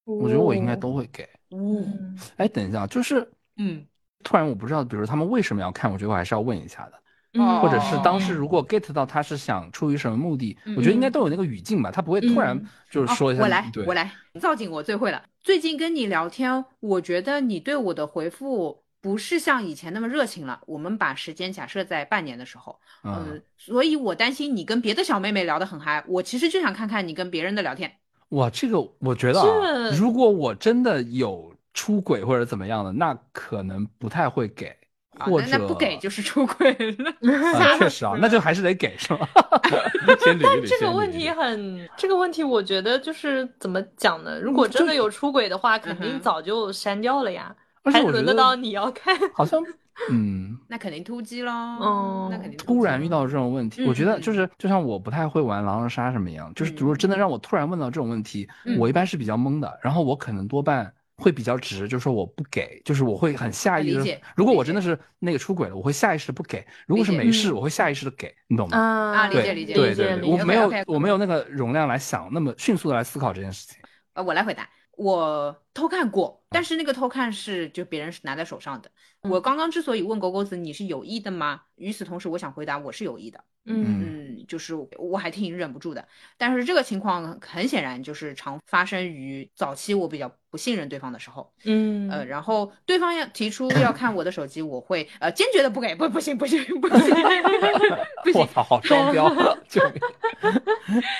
我觉得我应该都会给。哦，嗯哎，等一下，就是嗯，突然我不知道，比如他们为什么要看，我觉得我还是要问一下的。嗯或者是当时哦如果 get 到他是想出于什么目的，我觉得应该都有那个语境吧，他不会突然嗯就是说一下。哦我来，对，我来，造景我最会了。最近跟你聊天，我觉得你对我的回复不是像以前那么热情了。我们把时间假设在半年的时候，嗯，嗯，所以我担心你跟别的小妹妹聊得很嗨，我其实就想看看你跟别人的聊天。哇，这个我觉得啊，这如果我真的有出轨或者怎么样的，那可能不太会给，哦啊或那者那不给就是出轨了。 啊，确实啊，那就还是得给是吧？ 先捋一捋，这个先捋问一题捋很，这个问题我觉得就是怎么讲呢？如果真的有出轨的话，肯嗯定哼早就删掉了呀，而且还我觉轮得到得你要看？好像，嗯，那肯定突击喽，嗯那肯定突然遇到。到这种问题，嗯我觉得嗯就是就像我不太会玩狼人杀什么一样，就是嗯如果真的让我突然问到这种问题，嗯我一般是比较懵的，然后我可能多半会比较直，就说我不给，就是我会很下意识理地解。如果理我真的解是那个出轨了，我会下意识地不给；如果是理解没事，嗯我会下意识的给，你懂 吗？啊理解对理解对理解对对，理我解没有 OK，OK 我没有那个容量来想那么迅速的来思考这件事情。呃，我来回答。我偷看过，嗯但是那个偷看是就别人是拿在手上的。我刚刚之所以问狗狗子你是有意的吗？与此同时，我想回答我是有意的。嗯嗯，就是我还挺忍不住的。但是这个情况很显然就是常发生于早期我比较不信任对方的时候。嗯呃，然后对方要提出要看我的手机，我会呃坚决的不给，不不行不行不行 不我行，操，好 双标！救命！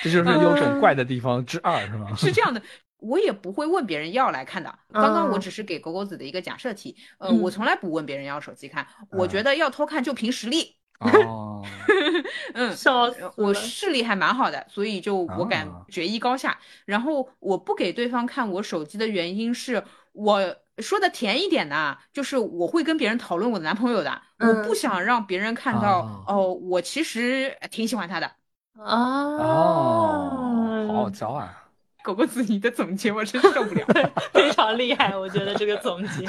这就是有嗯种怪的地方之二，是 吗？是这样的，我也不会问别人要来看的。刚刚我嗯只是给狗狗子的一个假设题，呃，嗯我从来不问别人要手机看，我觉嗯得要偷看就凭实力，哦，嗯。笑死呃了我视力还蛮好的，所以就我敢啊决一高下。然后我不给对方看我手机的原因是，我说的甜一点呢，就是我会跟别人讨论我的男朋友的，我不嗯想让别人看到啊哦，我其实挺喜欢他的。啊哦，好嗯好教啊！狗狗子，你的总结我真受不了。非常厉害，我觉得这个总结，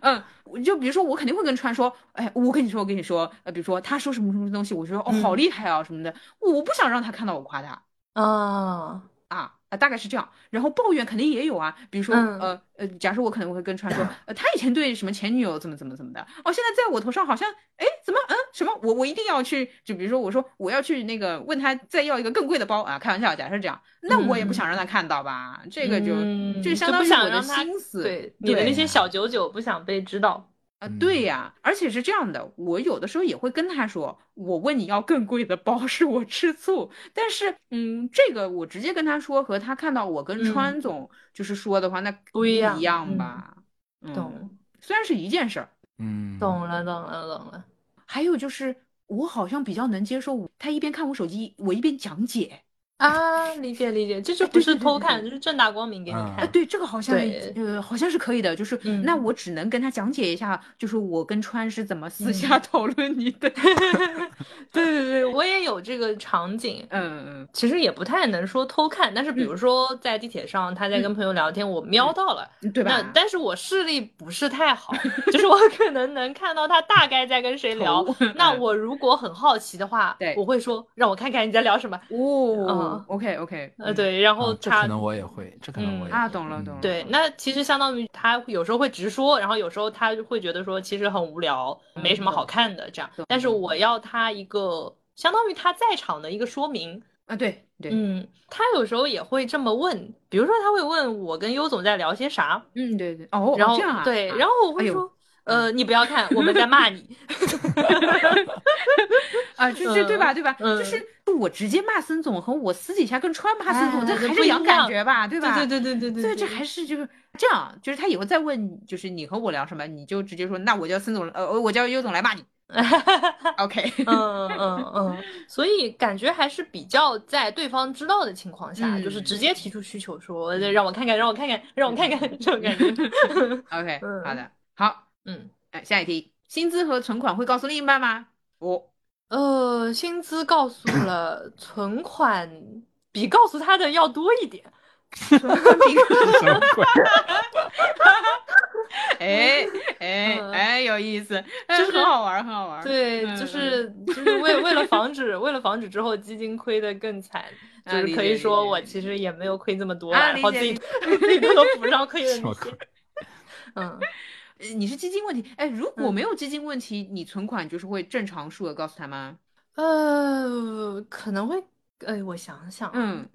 嗯，我就比如说，我肯定会跟川说，哎，我跟你说，我跟你说，呃，比如说他说什么什么东西，我就说哦，好嗯厉害啊什么的，我不想让他看到我夸他 啊，啊啊，大概是这样。然后抱怨肯定也有啊，比如说嗯呃呃，假设我可能会跟川 说，呃，他以前对什么前女友怎么怎么怎么的，哦，现在在我头上好像，哎，怎么嗯什么，我我一定要去，就比如说我说我要去那个问他再要一个更贵的包啊，开玩笑，假设这样，那我也不嗯想让他看到吧，这个就嗯就相不当于想我的让他心思，对你的那些小九九不想被知道，啊，嗯对呀，而且是这样的，我有的时候也会跟他说，我问你要更贵的包，是我吃醋。但是，嗯，这个我直接跟他说，和他看到我跟嗯川总就是说的话，那不一样一样吧？嗯，懂虽然是一件事儿。嗯，懂了懂了懂了，还有就是，我好像比较能接受我他一边看我手机，我一边讲解。啊，理解理解，哎这就不是偷看，这是正大光明给你嗯啊，看。对，这个好像哦对呃，好像是可以的，就是、嗯那我只能跟他讲解一下，就是我跟川是怎么私嗯下讨论你 的， 对对对，我也有这个场景。嗯嗯其实也不太能说偷看，但是比如说在地铁上，他在跟朋友聊天，我瞄到了，嗯嗯，对那吧？但是我视力不是太好，就是我 可能能看到他大概在跟谁聊。头嗯那我如果很好奇的话，对我会说让我看看你在聊 什么。哦啊，OK OK，呃，对，然后啊这他、可能我也会，这可能我也嗯会啊懂了懂了 对，那其实相当于他有时候会直说，然后有时候他就会觉得说其实很无聊，嗯没什么好看的这样懂。但是我要他一个相当于他在场的一个说明，啊对对，嗯，他有时候也会这么问，比如说他会问我跟优总在聊些啥，嗯对对，哦，然哦后这样啊，对，啊然后我哎会呦说。呃，你不要看，我们在骂你。啊，就是对吧？嗯对吧？就嗯是我直接骂孙总和我私底下跟川骂孙总，哎这这还不是一两感样觉吧？ 对对吧？对对对对对对，对，这还是就是这样，就是他以后再问，就是你和我聊什么，你就直接说，那我叫孙总，呃，我叫优总来 骂你，OK，嗯嗯 嗯，所以感觉还是比较在对方知道的情况下，嗯嗯就是直接提出需求说，呃让我看看，让我看看，让我看看 这种感觉。 OK，嗯好的，好，嗯，哎，下一题，薪资和存款会告诉另一半吗？ 我呃，薪资告诉了存款比告诉他的要多一点，什么鬼？ 哎哎嗯哎，有意思，就嗯是很好玩，很好玩，对，嗯就是就是为为了防止 为了防止之后基金亏得更惨，啊就是理可解以理说解我理其实也没有亏这么多啊啦，然理后解自己理自己都 补上亏 了什么那鬼些。嗯，呃你是基金问题，哎，如果嗯没有基金问题，你存款就是会正常数额告诉他吗？呃，可能会，哎，我想想，嗯，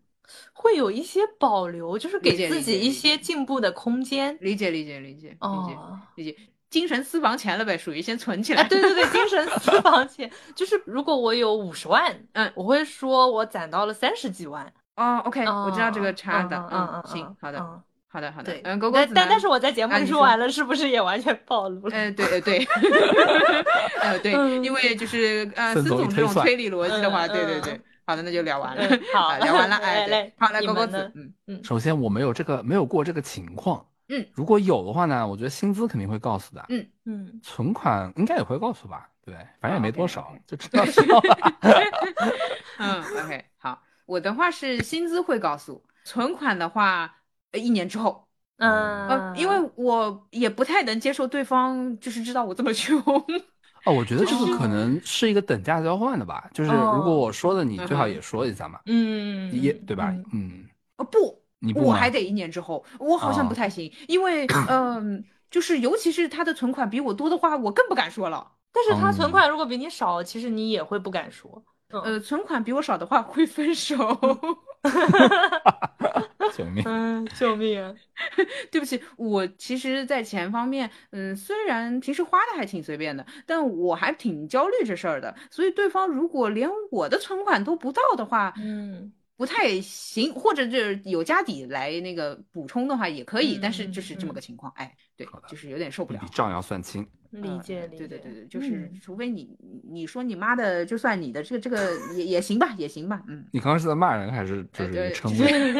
会有一些保留，就是理给解自理己解一理些进步的空间。理解理解理解理解哦，理解，精神私房钱了呗，属于先存起哎，来。对对对，精神私房钱，就是如果我有五十万，嗯我会说我攒到了三十几万。哦，OK，我知道这个嗯差的，嗯嗯嗯行嗯，好的，嗯，好的，好的对，，嗯，狗狗但子但呢但是，我在节目啊里你说说完了，是不是也完全暴露了？呃，对，呃，对， 呃，对，因为就是呃，孙孙总一总这推种算推理逻辑的话，嗯对对对嗯，好的，那就聊完了嗯， 好啊聊完了，哎，来对来，好，来，你狗狗们子呢，嗯，首先我没有这个没有过这个情况，嗯，如果有的话呢，我觉得薪资肯定会告诉的，嗯，存款应该也会告诉吧，对，反正也没多少啊，就知道知 道了。 嗯，OK，好，我的话是薪资会告诉，存款的话，呃一年之后，呃，嗯，因为我也不太能接受对方就是知道我这么穷，哦，我觉得这个可哦能是一个等价交换的吧，就是如果我说的，嗯你最好也说一下嘛，嗯，也对吧嗯？嗯，呃，不， 你不我吗还得一年之后，我好像不哦太行，因 为嗯，就是尤其是他的存款比我多的话，我更不敢说了。但是他存嗯款如果比你少，其实你也会不敢说。嗯呃，存款比我少的话会分手。嗯救命！嗯，救命 啊！ 对不起，我其实，在钱方面，嗯，虽然平时花的还挺随便的，但我还挺焦虑这事儿的。所以对方如果连我的存款都不到的话，嗯，不太行，或者就是有家底来那个补充的话也可以，但是嗯就是这么个情况，哎，对好的，就是有点受不一了笔。账要算清，理嗯解理对对解对对，就是嗯除非你你你说你妈的，就算你的这个这个也也行吧，也行吧，嗯，你刚刚是在骂人还是就呃是对称就谓是？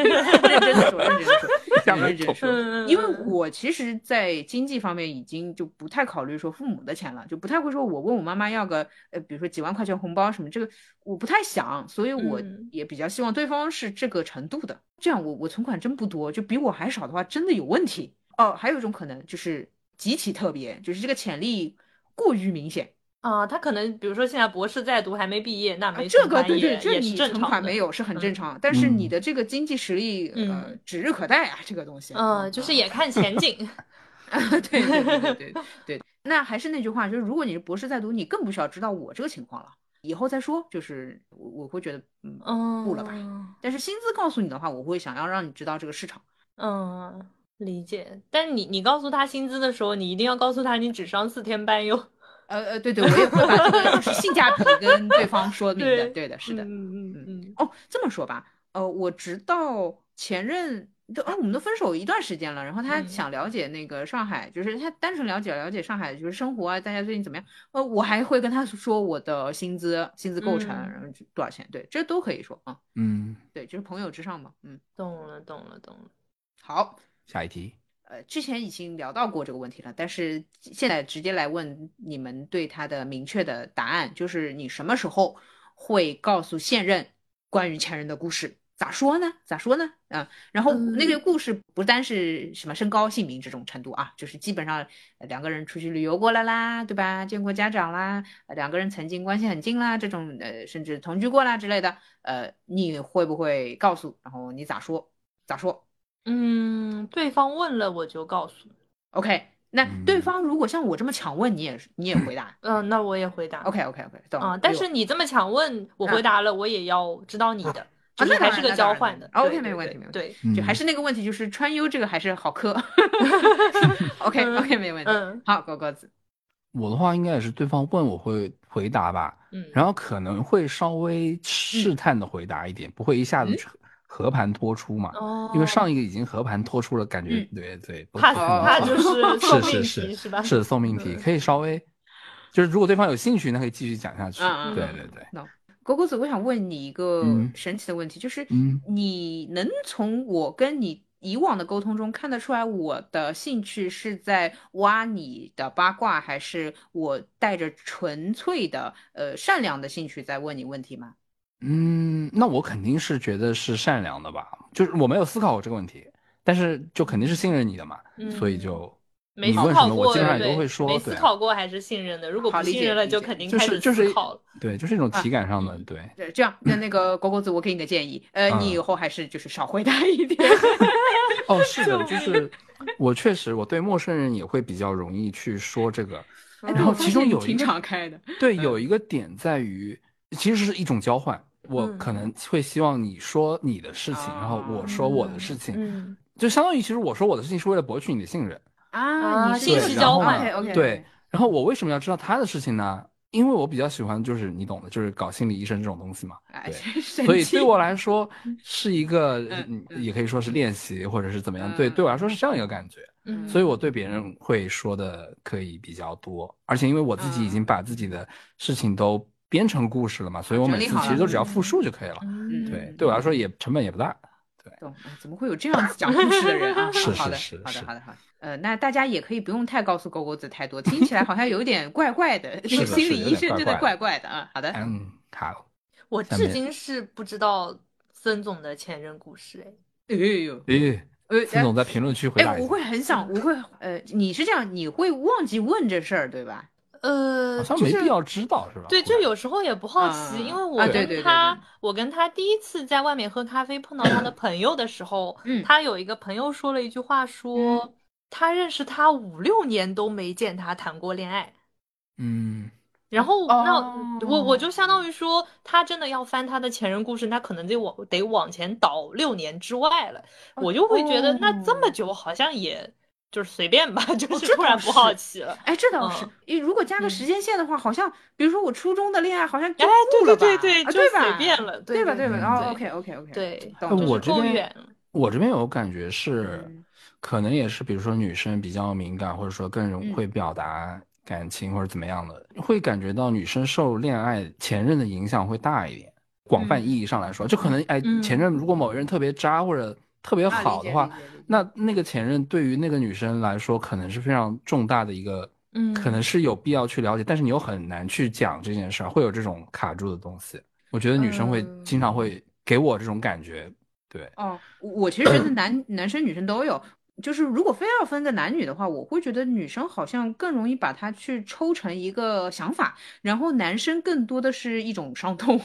认真 的说，认真的说，认真地说。嗯，因为我其实，在经济方面已经就不太考虑说父母的钱了，就不太会说我问我妈妈要个呃，比如说几万块钱红包什么，这个我不太想，所以我嗯也比较希望对方是这个程度的。这样我我存款真不多，就比我还少的话，真的有问题。哦，还有一种可能就是极其特别，就是这个潜力过于明显。啊，他可能比如说现在博士在读还没毕业，那啊没这存个款对对，也这也你是正存款常没的。有是很嗯正常，但是你嗯的这个经济实力呃嗯指日可待啊，这个东西。嗯，就是也看前景。对对对对 对对，那还是那句话，就是如果你是博士在读，你更不需要知道我这个情况了，以后再说。就是我我会觉得，嗯，嗯，不了吧但是薪资告诉你的话，我会想要让你知道这个市场。嗯，理解。但是你你告诉他薪资的时候，你一定要告诉他你只上四天班哟。 呃呃，对对，我也会把这 个就是性价比跟对嗯方说明的。对对的，是的。嗯嗯嗯哦，这么说吧，呃，我直到前任都啊，我们都分手一段时间了，然后他想了解那个上海，就是他单纯了解了解上海就是生活啊，大家最近怎么样？呃，我还会跟他说我的薪资、薪资构成，嗯然后多少钱，对，这都可以说啊，嗯，对，就是朋友之上嘛，嗯，懂了，懂了，懂了。好，下一题，呃，之前已经聊到过这个问题了，但是现在直接来问你们对他的明确的答案，就是你什么时候会告诉现任关于前任的故事？咋说呢？咋说呢？啊、然后那个嗯故事不单是什么身高、姓名这种程度啊，就是基本上呃两个人出去旅游过了啦，对吧？见过家长啦，呃两个人曾经关系很近啦，这种呃，甚至同居过啦之类的，呃，你会不会告诉？然后你咋说？咋说？嗯，对方问了我就告诉。 OK，那嗯对方如果像我这么强问，你也你也回 答。嗯，那我也回答。 OK OK OK，懂了。啊，但哎呦是你这么强问，我啊回答了，我也要知道你的，那就是当还然是个那当交然换那的。当然对 OK，没对问对题没问题对，就还嗯是那个问题，就是川优这个还是好 磕。OK OK，没问题。嗯好，狗狗子，我的话应该也是对方问我会回答吧，嗯，然后可能会稍微试探的回答一点，不会一下子嗯去和盘托出嘛，哦，因为上一个已经和盘托出了，感觉嗯对对，不怕死不可哦能怕吧就是送命是题是是吧？是的，送命题嗯可以稍微，就是如果对方有兴趣，那可以继续讲下去。嗯嗯对嗯对对，狗狗子，我想问你一个嗯神奇的问题，就是嗯你能从我跟你以往的沟通中看得出来，我的兴趣是在挖你的八卦，还是我带着纯粹的呃善良的兴趣在问你问题吗？嗯，那我肯定是觉得是善良的吧，就是我没有思考过这个问题，但是就肯定是信任你的嘛，所以嗯就没你思问考什么我过基本上对也都会对说没思对啊考过还是信任的，如果好不理信解任了理就解肯定就开是始就思是考了。对，就是一种啊体感上的对。对，这样，那那个狗狗子，我给你个建议，呃，你嗯以后还是就是少回答 一点。哦，是的，就救是我确实我对陌生人也会比较容易去说这个，哎然后我发其中现你有一挺个敞开的，对，有一个点在于，其实是一种交换。我嗯可能会希望你说你的事情，然后我说我的事情，哦嗯，就相当于其实我说我的事情是为了博取你的信任。啊，啊你是信一个息交交换换，OK OK，对，然后我为什么要知道他的事情呢？因为我比较喜欢就是你懂的，就是搞心理医生这种东西嘛。哎，对真神所以奇对我来说是一个，嗯嗯嗯也可以说是练习或者是怎么样。嗯对，对我来说是这样一个感觉。嗯所以我对别人会说的可以比较多，而且因为我自己已嗯经把自己的事情都编成故事了嘛，所以我每次其实都只要复述就可以了。嗯对，对我来说也成本也不大。懂，哎怎么会有这样子讲故事的人啊？ 是好的，是是好的，是好的，好的。呃，那大家也可以不用太告诉狗狗子太多，听起来好像有点怪怪 的，那是个的心是理有医点生怪真的怪怪怪的的啊。好的，嗯，好，我下至面今是不知道孙总的前任故事哎。哎呦，咦，呃，孙总在评论区回答哎，一我下，会很想，我会，呃，你是这样，你会忘记问这事儿，对吧？呃，好像就没是必要知道是吧？对，就有时候也不好奇，因为我啊对对跟对他对，我跟他第一次在外面喝咖啡碰到他的朋友的时候嗯，他有一个朋友说了一句话，说他认识他五六年都没见他谈过恋爱。嗯，然后那我我哦就相当于说，他真的要翻他的前任故事，那可能得往得往前倒六年之外了。我就会觉得，那这么久好像也就是随便吧， 就哦是这突倒然不好是奇了。哎，这倒是嗯，因为如果加个时间线的话，好像比如说我初中的恋爱，好像就哎过对了对吧对对啊就对吧？随便了对对吧？对哦吧？对然后对 OK OK OK，对懂呃就是我这够边远了我这边有感觉是嗯，可能也是，比如说女生比较敏感，或者说更容嗯会表达感情或者怎么样的，会感觉到女生受恋爱前任的影响会大一点。广泛嗯意义上来说，就可能哎嗯，前任如果某个人特别渣或者特别啊好的话，，那那个前任对于那个女生来说，可能是非常重大的一个，嗯可能是有必要去了解，但是你又很难去讲这件事儿，会有这种卡住的东西。我觉得女生会嗯经常会给我这种感觉，对，哦，我我其实觉得男男生女生都有，就是如果非要分个男女的话，我会觉得女生好像更容易把它去抽成一个想法，然后男生更多的是一种伤痛。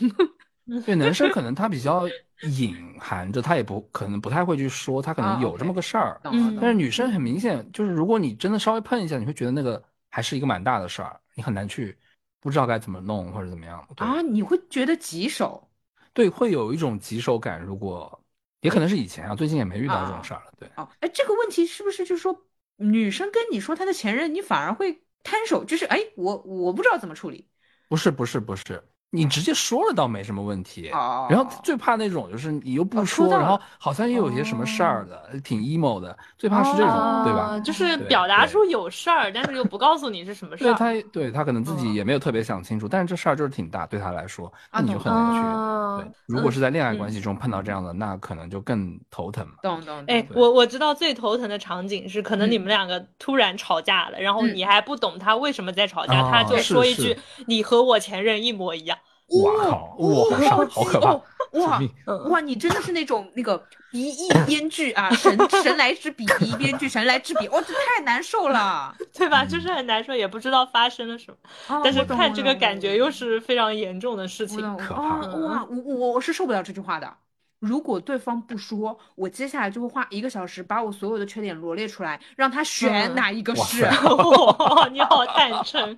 对，男生可能他比较隐含着，他也不可能不太会去说，他可啊能有，OK 这么个事儿。懂了嗯懂但了是女生很明显，就是如果你真的稍微碰一下，你会觉得那个还是一个蛮大的事儿，你很难去不知道该怎么弄或者怎么样。对啊，你会觉得棘手。对，会有一种棘手感。如果也可能是以前啊，最近也没遇到啊这种事儿了。对，哦，哎，这个问题是不是就是说，女生跟你说她的前任，你反而会摊手，就是哎，我我不知道怎么处理。不是不是不是，你直接说了倒没什么问题。哦，然后最怕那种就是你又不哦说，说到然了哦后好像又有些什么事儿的，挺 emo 的，最怕是这种，对吧啊？哦就是对表达对出有事儿，但是又不告诉你是什么事对儿。他，对他可能自己也没有特别想清楚，但是这事儿就是挺大，对他来说，那啊你就懂很难去。啊对，如果是在恋爱嗯关系中碰到这样的，那可能就更头疼嘛。懂懂，哎懂，我我知道最头疼的场景是，可能嗯你们两个突然吵架了，然后嗯你还不懂他为什么在吵架，啊他就说是一是句：“你和我前任一模一样。哇靠，我操，好可怕！哦哇救命嗯哇，你真的是那种那个鼻 翼编剧啊，神神来之笔，鼻翼编剧神来之笔，哦，这太难受 了。”对吧？嗯就是很难受，也不知道发生了什么，哦但是我懂看我这个懂感我觉懂又是非常严重的事我情。懂可哦怕哇，我我我是受不了这句话的。如果对方不说，我接下来就会花一个小时把我所有的缺点罗列出来，让他选嗯哪一个哇是。 哇，哦你好坦 诚，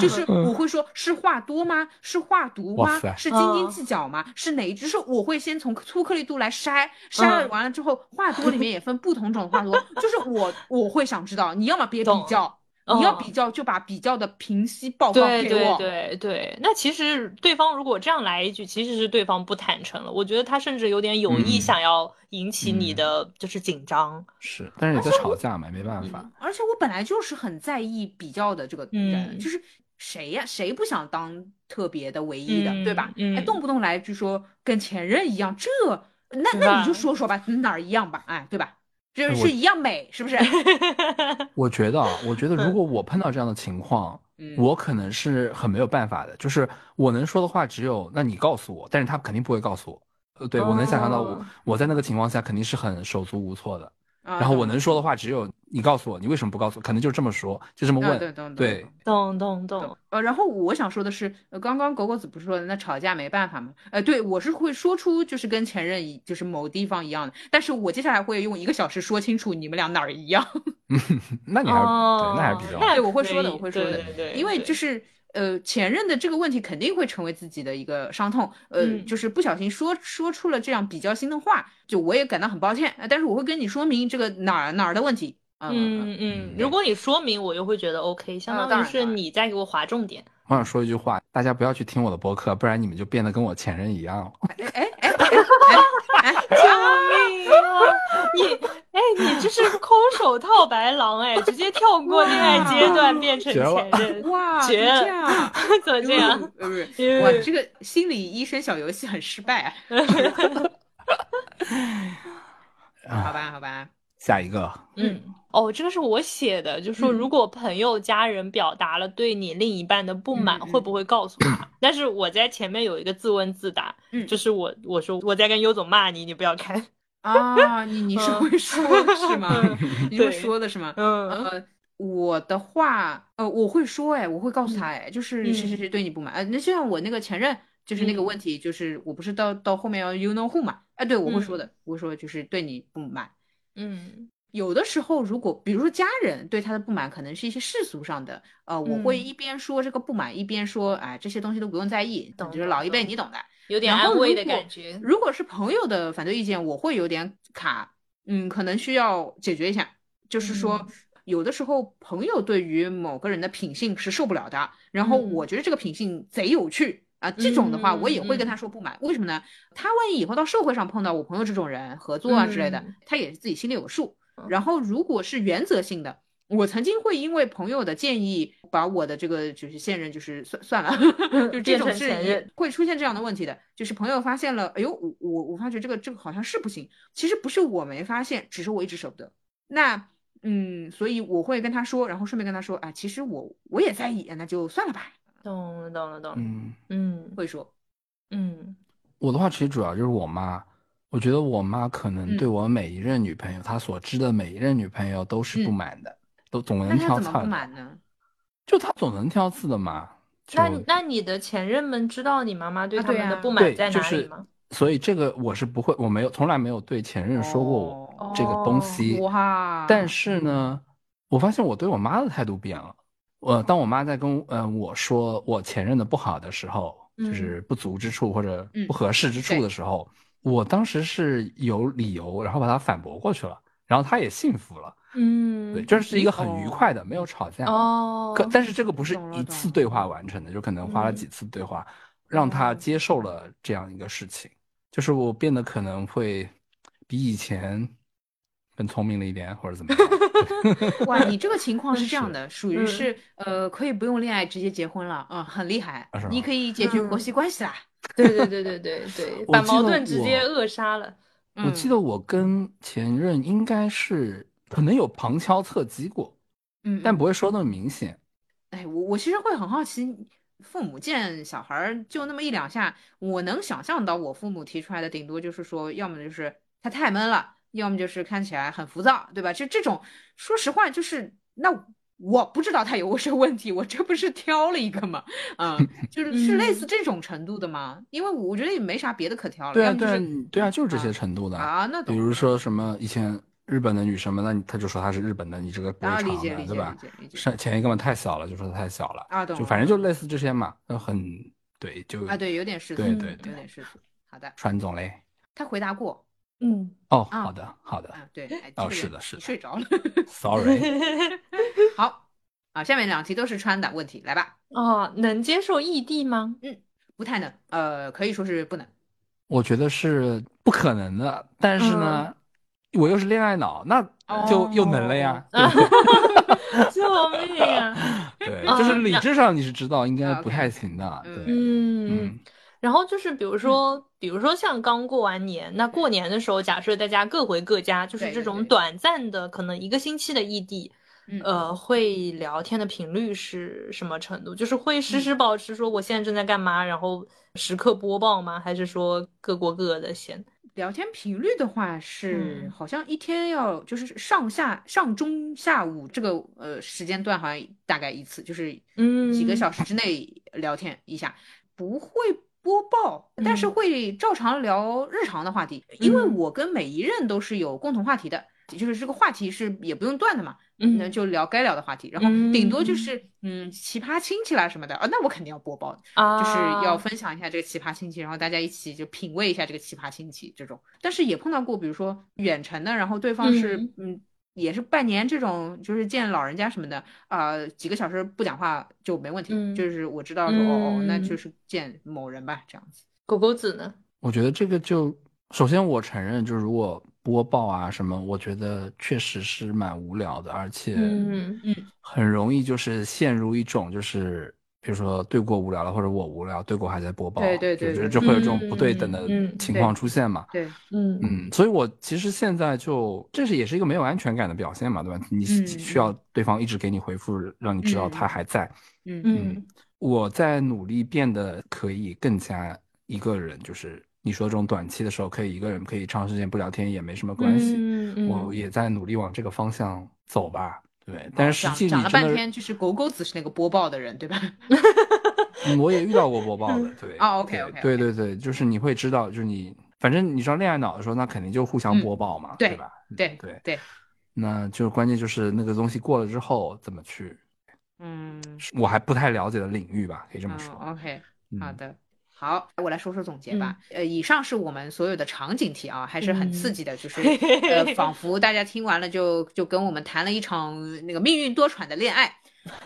就是我会说，是话多吗？是话毒嗯哇吗塞？是斤斤嗯计较吗？是哪一只？就是我会先从粗颗粒度来筛，筛了嗯完了之后，话多里面也分不同种话多，就是我我会想知道，你要么别比懂较，你要嗯比较就把比较的评析报告对给对我。对对，那其实对方如果这样来一句，其实是对方不坦诚了。我觉得他甚至有点有意嗯想要引起你嗯的就是紧张。是，但是也在吵架嘛，也没办法。而且我本来就是很在意比较的这个人，嗯就是谁呀、谁不想当特别的、唯一的，对吧？嗯哎，嗯 动不动来一句说跟前任一样，这那是那你就吧说说吧，哪儿一样吧？哎，对吧？这哎我是一样美，是不 是？我觉得，啊，我觉得如嗯果我碰到这样的情况，嗯，我可能是很没有办法的，就是我能说的话只有那你告诉我，但是他肯定不会告诉我。呃，对我能想象到我哦我在那个情况下肯定是很手足无措的。啊然后我懂能说的话只有你告诉我，你为什么不告诉我？可能就这么说，就这么啊对问。懂懂对懂 懂懂懂懂，呃，然后我想说的是，呃，刚刚狗狗子不是说那吵架没办法吗？呃，对我是会说出就是跟前任一就是某地方一样的，但是我接下来会用一个小时说清楚你们俩哪儿一样。那你还是对，哦，那还是比较那对我会可说的以我会说的对对对，因为对就是呃，前任的这个问题肯定会成为自己的一个伤痛，呃，嗯就是不小心说说出了这样比较心的话，就我也感到很抱歉，呃但是我会跟你说明这个哪儿哪儿的问题，嗯嗯嗯，如果你说明，我就会觉得 OK，相啊当当于然是当然你在给我划重点。我想说一句话，大家不要去听我的播客，不然你们就变得跟我前任一样了。 哎哎哎哎哎哎， 救命啊！你哎，你这是空手套白狼 哎，直接跳过恋爱阶段变成绝了前任，哇，怎么绝这样， 怎么这样？嗯呃， 不是不因是，哇，为这个心理医生小游戏很失败 啊，好吧好吧，下一个，嗯，哦，这个是我写的，就说嗯如果朋友、家人表达了对你另一半的不满，嗯嗯会不会告诉 他？但是我在前面有一个自问自答，嗯就是我我说我在跟优总骂你，你不要看，啊，你你是嗯会说是吗？你是会 对说的是吗？嗯呃，我的话，呃，我会说，哎，我会嗯告诉他，哎，就是谁谁谁对你不满，呃，那就像我那个前任，就是那个嗯问题，就是我不是到到后面要 you know who 嘛，哎，对我会说的，我会说就是对你不满。嗯有的时候，如果比如说家人对他的不满，可能是一些世俗上的，呃，我会嗯一边说这个不满，一边说，哎，这些东西都不用在意，懂就是懂老一辈懂你懂的。有点然后安慰如的果感觉，如果是朋友的反对意见，我会有点卡，嗯，可能需要解决一下。就是说，嗯有的时候朋友对于某个人的品性是受不了的，然后嗯我觉得这个品性贼有趣啊，这种的话我也会嗯跟他说不满。为什么呢？他万一以后到社会上碰到我朋友这种人合作啊之类的，嗯他也是自己心里有数嗯。然后如果是原则性的，我曾经会因为朋友的建议，把我的这个就是现任就是算算了， 就这变种成是前也任会出现这样的问题的。就是朋友发现了，哎呦，我我我发觉这个这个好像是不行，其实不是我没发现，只是我一直舍不得。那嗯，所以我会跟他说，然后顺便跟他说，啊，其实我我也在意，那就算了吧，懂了懂了懂了，嗯，嗯会说，嗯我的话其实主要就是我妈，我觉得我妈可能嗯对我每一任女朋友，她所知的每一任女朋友都是不嗯满的，都总那能他挑怎么刺不儿的，满呢？就她总能挑刺的嘛。那就那你的前任们知道你妈妈对啊他们对的啊不满对，在就哪里是吗？，所以这个我是不会，我没有从来没有对前任说过我哦这个东西。哇，但是呢，我发现我对我妈的态度变了。我当我妈在跟嗯、呃我说我前任的不好的时候，就是不足之处或者嗯不合适之处对的时候，我当时是有理由，然后把她反驳过去了。然后他也幸福了，嗯，对，这是一个很愉快的，没有吵架的。哦，可但是这个不是哦懂了一懂次了对话完成的，就可能花了嗯几次对话，让他嗯接受了这样一个事情。就是我变得可能会比以前更聪明了一点，或者怎么样。哇，你这个情况是这样是的，属于嗯是呃，可以不用恋爱直接结婚了，嗯，很厉害啊是，你吗可以解决婆嗯媳关系啦。对对对对对 对，我把记矛得盾直我接扼杀了。我记嗯得我跟前任应该是可能有旁敲侧击过，嗯，但嗯不会说那么明显。哎，我我其实会很好奇，父母见小孩儿就那么一两下，我能想象到我父母提出来的顶多就是说，要么就是他太闷了，要么就是看起来很浮躁，对吧？这这种，说实话就是那。我不知道他有卫生问题，我这不是挑了一个吗？嗯，就是是类似这种程度的吗？因为我觉得也没啥别的可挑了，对要啊，么嗯就对啊，是你对啊，就是这些程度的。啊，那比懂如了，说什么以前日本的女生嘛，那你他就说她是日本的，你这个不啊，会理长解理解的，对吧理？解理解上前一个嘛太小了，就说她太小了。啊，懂就了反正就懂了类似这些嘛，那很对，就啊，对，有点世俗，对对嗯对有点世俗。好的，川总嘞。他回答过，嗯，哦，啊好的，好的啊，对，哎这哦个是的是你的睡着了。 ，sorry。好啊，下面两题都是穿的问题，来吧。 哦，能接受异地吗？不太能，呃，可以说是不能。我觉得是不可能的，但是嗯呢，我又是恋爱脑，那哦就又能了呀。啊对不对 救命 啊！ 对，哦就是理智上你是知道应该啊不太行的，嗯，OK 对，嗯。嗯，然后就是，比如说，比如说像刚过完年，那过年的时候，假设大家各回各家，就是对这对种对短暂的，可能一个星期的异地，嗯呃，会聊天的频率是什么程度？就是会嗯时时保持说我现在正在干嘛，然后时刻播报吗？还是说各过各的先？聊天频率的话是，嗯好像一天要就是上下上中下午这个呃时间段，好像大概一次，就是嗯几个小时之内聊天一下，不会播报，但是嗯会照常聊日常的话题，因为嗯我跟每一任都是有共同话题的，就是这个话题是也不用断的嘛，那嗯就聊该聊的话题，然后顶多就是嗯奇葩亲戚啦什么的啊，那我肯定要播报的，啊，就是要分享一下这个奇葩亲戚，然后大家一起就品味一下这个奇葩亲戚这种。但是也碰到过，比如说远程的，然后对方是嗯嗯也是拜年这种，就是见老人家什么的啊、几个小时不讲话就没问题，嗯就是我知道说哦哦，那嗯就是见某人吧这样子。狗狗子呢？我觉得这个就首先我承认，就是如果播报啊什么，我觉得确实是蛮无聊的，而且嗯很容易就是陷入一种就是。比如说对过无聊了，或者我无聊，对过还在播报，对对对就对就就会有这种不对等的嗯嗯情对况出现嘛。对，嗯嗯，所以我其实现在就，这是也是一个没有安全感的表现嘛，对吧？你嗯需要对方一直给你回复，让你知道他嗯还在。嗯嗯我在努力变得可以更加一个人，就是你说这种短期的时候可以一个人，可以长时间不聊天也没什么关系。嗯我也在努力往这个方向走吧。对，但是实讲际讲你哦了半真天，就是狗狗子是那个播报的人对吧？ 的，嗯我也遇到过播报的，对。哦，OK，OK，OK 对对对，就是你会知道，就是你，反正你知道恋爱脑的时候，那肯定就互相嗯播报嘛，对吧？对对。对，那就是关键就是那个东西过了之后怎么去，嗯，是我还不太了解的领域吧，可以这么嗯说。 OK。嗯好，的，好，我来说说总结吧。呃，以上是我们所有的场景题啊，还是很刺嗯激的， 就是呃，仿佛大家听完了就就跟我们谈了一场那个命运多舛的恋爱。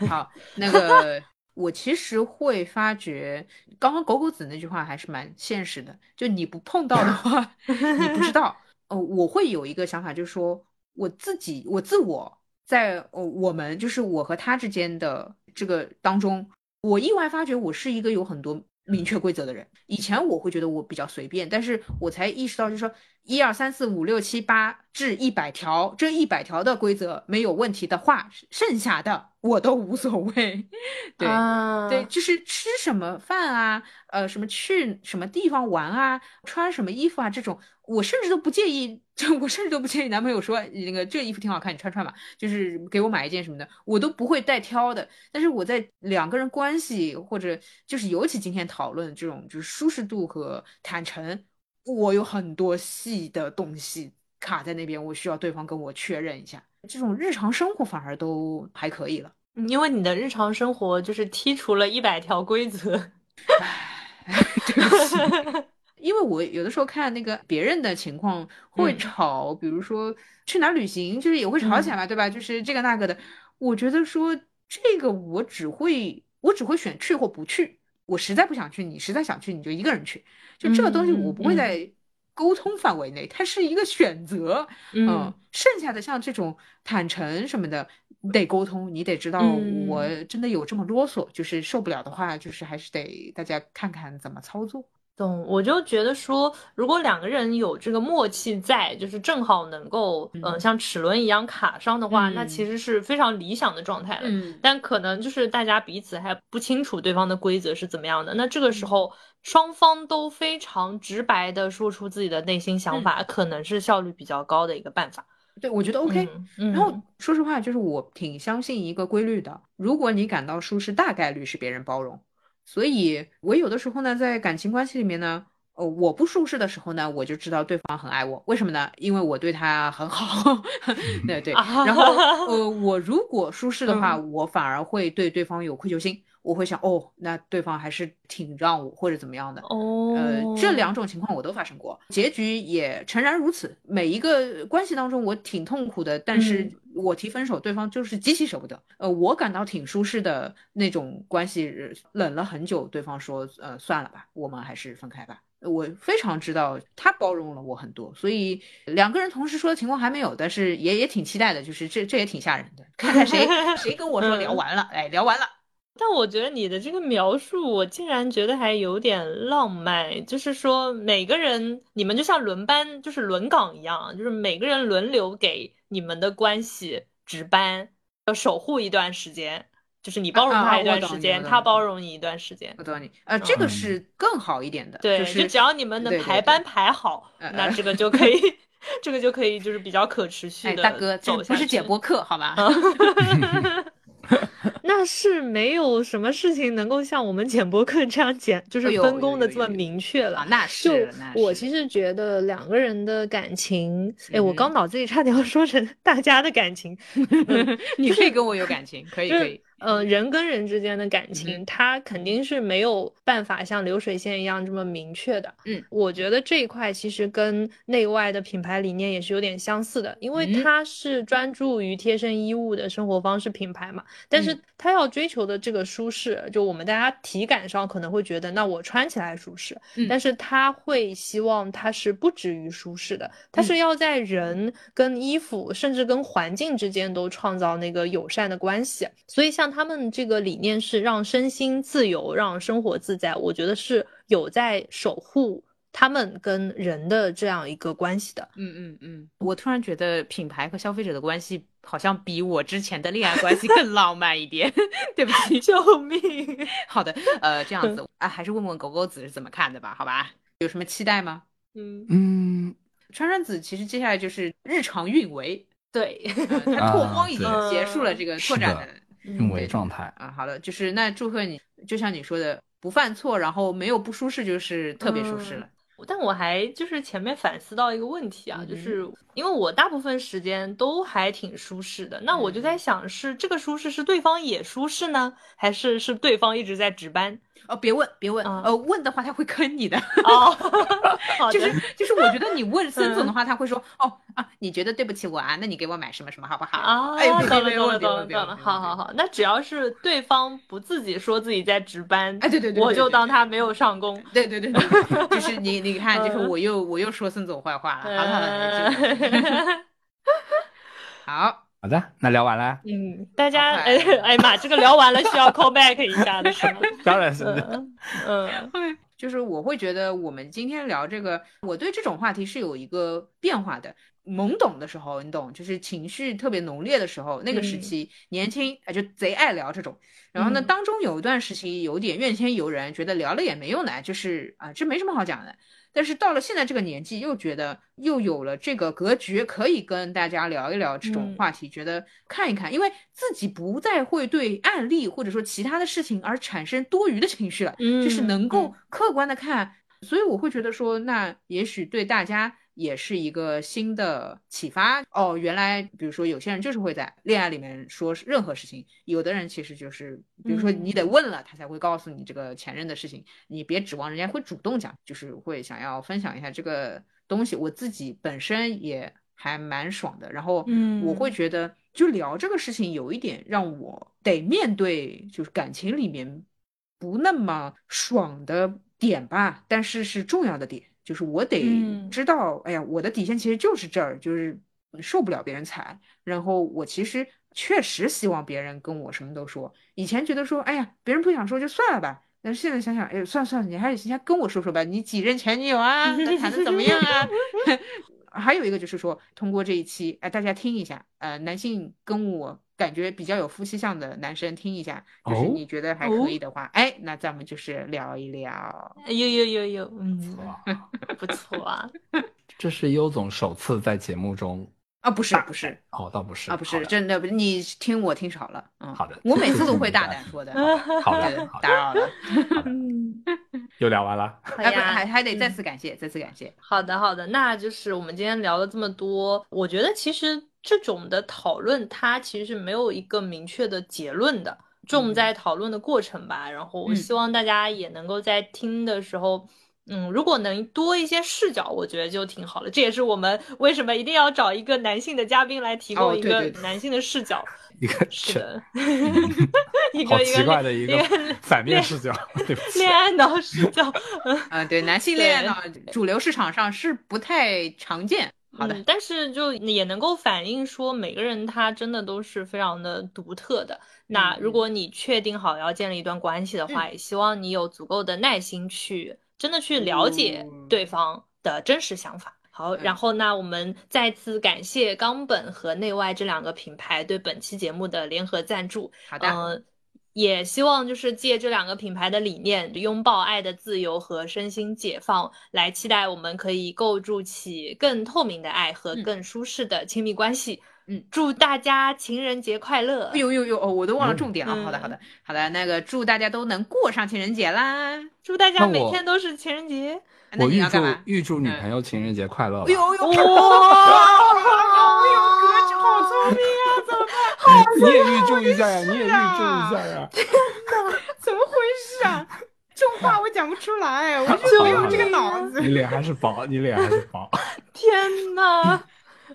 好，那个我其实会发觉，刚刚狗狗子那句话还是蛮现实的，就你不碰到的话，你不知道。呃，我会有一个想法，就是说我自己，我自我在呃我们就是我和他之间的这个当中，我意外发觉我是一个有很多明确规则的人。以前我会觉得我比较随便，但是我才意识到，就是说一二三四五六七八至一百条，这一百条的规则没有问题的话，剩下的我都无所谓。 对，啊对，就是吃什么饭啊，呃，什么去什么地方玩啊，穿什么衣服啊，这种我甚至都不介意， 就我甚至都不介意男朋友说那个这个衣服挺好看，你穿穿吧，就是给我买一件什么的，我都不会带挑的。但是我在两个人关系或者就是尤其今天讨论这种就是舒适度和坦诚，我有很多细的东西卡在那边，我需要对方跟我确认一下。这种日常生活反而都还可以了。嗯因为你的日常生活就是剔除了一百条规则， 对不起，因为我有的时候看那个别人的情况会嗯吵，比如说去哪儿旅行，就是也会吵起来嘛，对吧？就是这个那个的，我觉得说这个我只会我只会选去或不去，我实在不想去，你实在想去你就一个人去，就这个东西我不嗯会嗯在沟通范围内，它是一个选择，嗯嗯，剩下的像这种坦诚什么的，你得沟通，你得知道嗯我真的有这么啰嗦，就是受不了的话，就是还是得大家看看怎么操作。懂，我就觉得说，如果两个人有这个默契在，就是正好能够，嗯、嗯像齿轮一样卡上的话，那嗯其实是非常理想的状态了。嗯但可能就是大家彼此还不清楚对方的规则是怎么样的。那这个时嗯候，双方都非常直白的说出自己的内心嗯想法，可能是效率比较高的一个办法。对，我觉得 OK。嗯，然后嗯说实话，就是我挺相信一个规律的，如果你感到舒适，大概率是别人包容。所以我有的时候呢，在感情关系里面呢，呃，我不舒适的时候呢，我就知道对方很爱我，为什么呢？因为我对他很好。 对对，啊然后呃，我如果舒适的嗯话，我反而会对对方有愧疚心，我会想哦，那对方还是挺让我或者怎么样的。哦，呃，这两种情况我都发生过，结局也诚然如此。每一个关系当中，我挺痛苦的，但是嗯我提分手，对方就是极其舍不得。呃，我感到挺舒适的那种关系，呃冷了很久，对方说，呃，算了吧，我们还是分开吧。我非常知道他包容了我很多，所以两个人同时说的情况还没有，但是也也挺期待的，就是这这也挺吓人的，看看谁谁跟我说聊完了，哎，聊完了，但我觉得你的这个描述，我竟然觉得还有点浪漫，就是说每个人你们就像轮班，就是轮岗一样，就是每个人轮流给你们的关系值班，要守护一段时间，就是你包容啊啊他一我段懂时你间，我懂他你包容你一段时间。我懂你，呃，这个嗯是更好一点的，对，就是只要你们能对对排对班排好，呃那呃这个就可以， 这个就可以就是比较可持续哎，的大哥，这走不下是解去。播课好 吧？那是没有什么事情能够像我们剪播客这样剪，就是哎呦分工的有有这么有有明确了啊，。那，就是那我是其实觉得两个人的感情，哎，我嗯刚脑子里差点要说成大家的 感情，你可以跟我嗯有感情，可以就是可以，呃，人跟人之间的感情，它肯定是没有办法像流水线一样这么明确的。嗯，我觉得这一块其实跟内外的品牌理念也是有点相似的，因为嗯它是专注于贴身衣物的生活方式品牌嘛，但是嗯它要追求的这个舒适，就我们大家体感上可能会觉得，那我穿起来舒适，嗯但是它会希望它是不止于舒适的，嗯它是要在人跟衣服，甚至跟环境之间都创造那个友善的关系。所以，像他们这个理念是让身心自由，让生活自在，我觉得是有在守护他们跟人的这样一个关系的。嗯嗯嗯。我突然觉得品牌和消费者的关系好像比我之前的恋爱关系更浪漫一点， 对不起。救 命！好的，呃，这嗯样子啊，还是问问狗狗子是怎么看的吧，好吧？有什么期待吗？嗯，嗯，川川子其实接下来就是日常运维，对， 呃他拓啊荒已经对结束了这个拓是展的的运维对状态，啊，好的，就是那祝贺你，就像你说的，不犯错，然后没有不舒适，就是特别舒适嗯了。但我还就是前面反思到一个问题啊，嗯哼就是因为我大部分时间都还挺舒适的，那我就嗯在想是这个舒适是对方也舒适呢，还是是对方一直在值 班？哦，别问，别问，嗯呃，问的话他会坑你的，哦， 好就的，嗯是就是，我觉得你 问森总的话，他会说，哦啊，你觉得对不起我啊，那你给我买什么什么好不好？啊，哎，别懂了别懂了问，别懂了问，别懂问，了，别问好好，好，那只要是对方不自己说自己在值班，哎，对对对，我对就对当他没有上工。对对对， 对就是你你看，就是嗯我又我又说森总坏话了，好了好了，就这样 嗯好，好的，那聊完啦，嗯，大家，好快哎啊哎妈，这个聊完了需要 call back 一下 的是吗？当然是的，嗯嗯哎就是我会觉得我们今天聊这个，我对这种话题是有一个变化的。懵懂的时候，你懂，就是情绪特别浓烈的时候，那个时嗯期年轻，哎，就贼爱聊这种。然后呢，嗯当中有一段时期有点怨天尤人，觉得聊了也没用的，就是啊，这没什么好讲的。但是到了现在这个年纪，又觉得又有了这个格局，可以跟大家聊一聊这种嗯话题，觉得看一看，因为自己不再会对案例或者说其他的事情而产生多余的情 绪了。就是嗯能嗯够客观的看，所以我会觉得说，那也许对大家也是一个新的启发。哦，原来比如说有些人就是会在恋爱里面说任何事情，有的人其实就是，比如说嗯你得问了他才会告诉你这个前任的事情，你别指望人家会主动讲，就是会想要分享一下这个东西。我自己本身也还蛮爽的，然后嗯我会觉得就聊这个事情有一点让我得面对，就是感情里面不那么爽的点吧，但是是重要的点，就是我得嗯知道，哎呀，我的底线其实就是这儿，就是受不了别人踩，然后我其实确实希望别人跟我什么都说，以前觉得说，哎呀，别人不想说就算了吧。但是现在想想，哎，算了算了，你还是先跟我说说吧，你几任前女友啊，那谈的怎么样啊？还有一个就是说，通过这一期，哎、大家听一下，呃，男性跟我感觉比较有夫妻相的男生听一下，就是哦你觉得还可以的话，哎，那咱们就是聊一聊。有有有有，嗯，哇，不错啊，这是优总首次在节目中啊，不是不是哦，倒不是啊，不好是，的真的不是，你听我听少了，嗯，好的我每次都 会大胆说的，好对的的好打的，扰 了，嗯，又聊完了，好哎，不，还呀，还得再次感谢，再次感谢，好的好的，那就是我们今天聊了这么多，我觉得其实这种的讨论，它其实是没有一个明确的结论的，重在讨论的过程吧。然后我嗯希望大家也能够在听的时候。嗯，如果能多一些视角，我觉得就挺好的。这也是我们为什么一定要找一个男性的嘉宾来提哦供一对个对对男性的视角。一个是这的，一好个一奇怪个的一一个个 反面视角，对不起恋。爱脑视角。啊，对，男性恋爱呢，主流市场上是不太常见。好的嗯，，但是就也能够反映说每个人他真的都是非常的独特的。那嗯如果你确定好要建立一段关系的话，也希望你有足够的耐心去真的去了解嗯对方的真实想法。好，嗯然后那我们再次感谢冈本和内外这两个品牌对本期节目的联合赞助。好哦的，嗯，也希望就是借这两个品牌的理念，拥抱爱的自由和身心解放，来期待我们可以构筑起更透明的爱和嗯更舒适的亲密关系。嗯，祝大家情人节快乐！呦呦呦，哦，我都忘了重点了。嗯好的，好的，好的，那个祝大家都能过上情人节啦。祝大家那每我天都是情 人节。啊那我你预要祝干嘛？嗯预祝女朋友情人节快乐吧。哎呦呦，哦 哎哇好聪明啊！你也预祝一下呀，你也预祝一 下呀。怎么回事啊？这种话我讲不出来，我就是没有这个脑子你脸还是薄，你脸还是薄。天呐，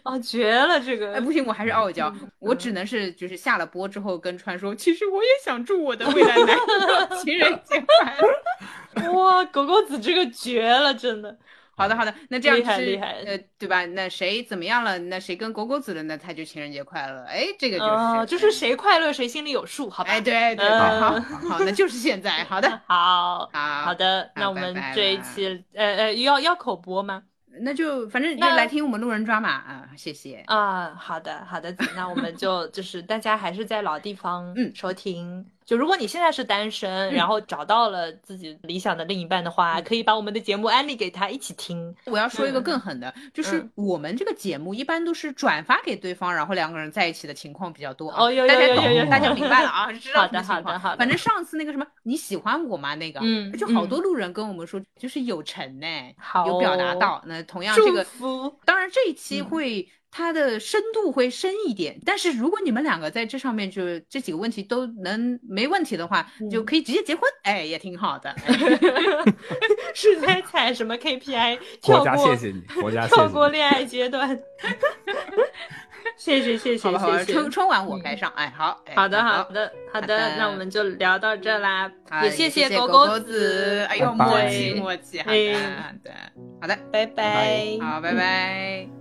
啊，绝了！这个哎，不行，我还是傲娇，我只能是就是下了播之后跟川说，其实我也想祝我的未来男友情人节快乐。哇，狗狗子这个绝了，真的。好的，好的，那这样厉就害是厉害呃，对吧？那谁怎么样了？那谁跟狗狗子了？那他就情人节快乐。哎，这个就是，啊，就是谁快乐谁心里有数，好吧？哎，对对，嗯好好，那就是现在。 好的，好。好好，的，那那我拜们拜这一啦期，呃呃，要要口播吗？那就反正就那来听我们路人抓马啊，谢谢。啊，好的好的，那我 们就就是大家还是在老地方嗯收听。就如果你现在是单身，然后找到了自己理想的另一半的话，嗯可以把我们的节目安利给他一起听。我要说一嗯个更狠的，就是我们这个节目一般都是转发给对方，然后两个人在一起的情况比较多。啊哦有大有家有懂有有大 家明白了啊，知道好什么的情好的况。好的反正上次那个什么，你喜欢我吗？那个，嗯就好多路人跟我们说，就是有成呢，好有表达哦到。那同样这祝个福，当然，这一期嗯会它的深度会深一点，但是如果你们两个在这上面就这几个问题都能没问题的话，就嗯可以直接结婚，哎，也挺好的。是在踩什么 KPI？ 国跳家过谢谢你，国家谢谢跳过你。恋爱阶段。 谢谢谢好谢吧，好吧，谢春谢。春晚我该上，哎，好，哎好的好，好的好好的的，那我们就聊到这啦，好也谢谢狗狗子，哎呦，拜默拜契默契，好哎的，好的，拜拜拜好，拜拜。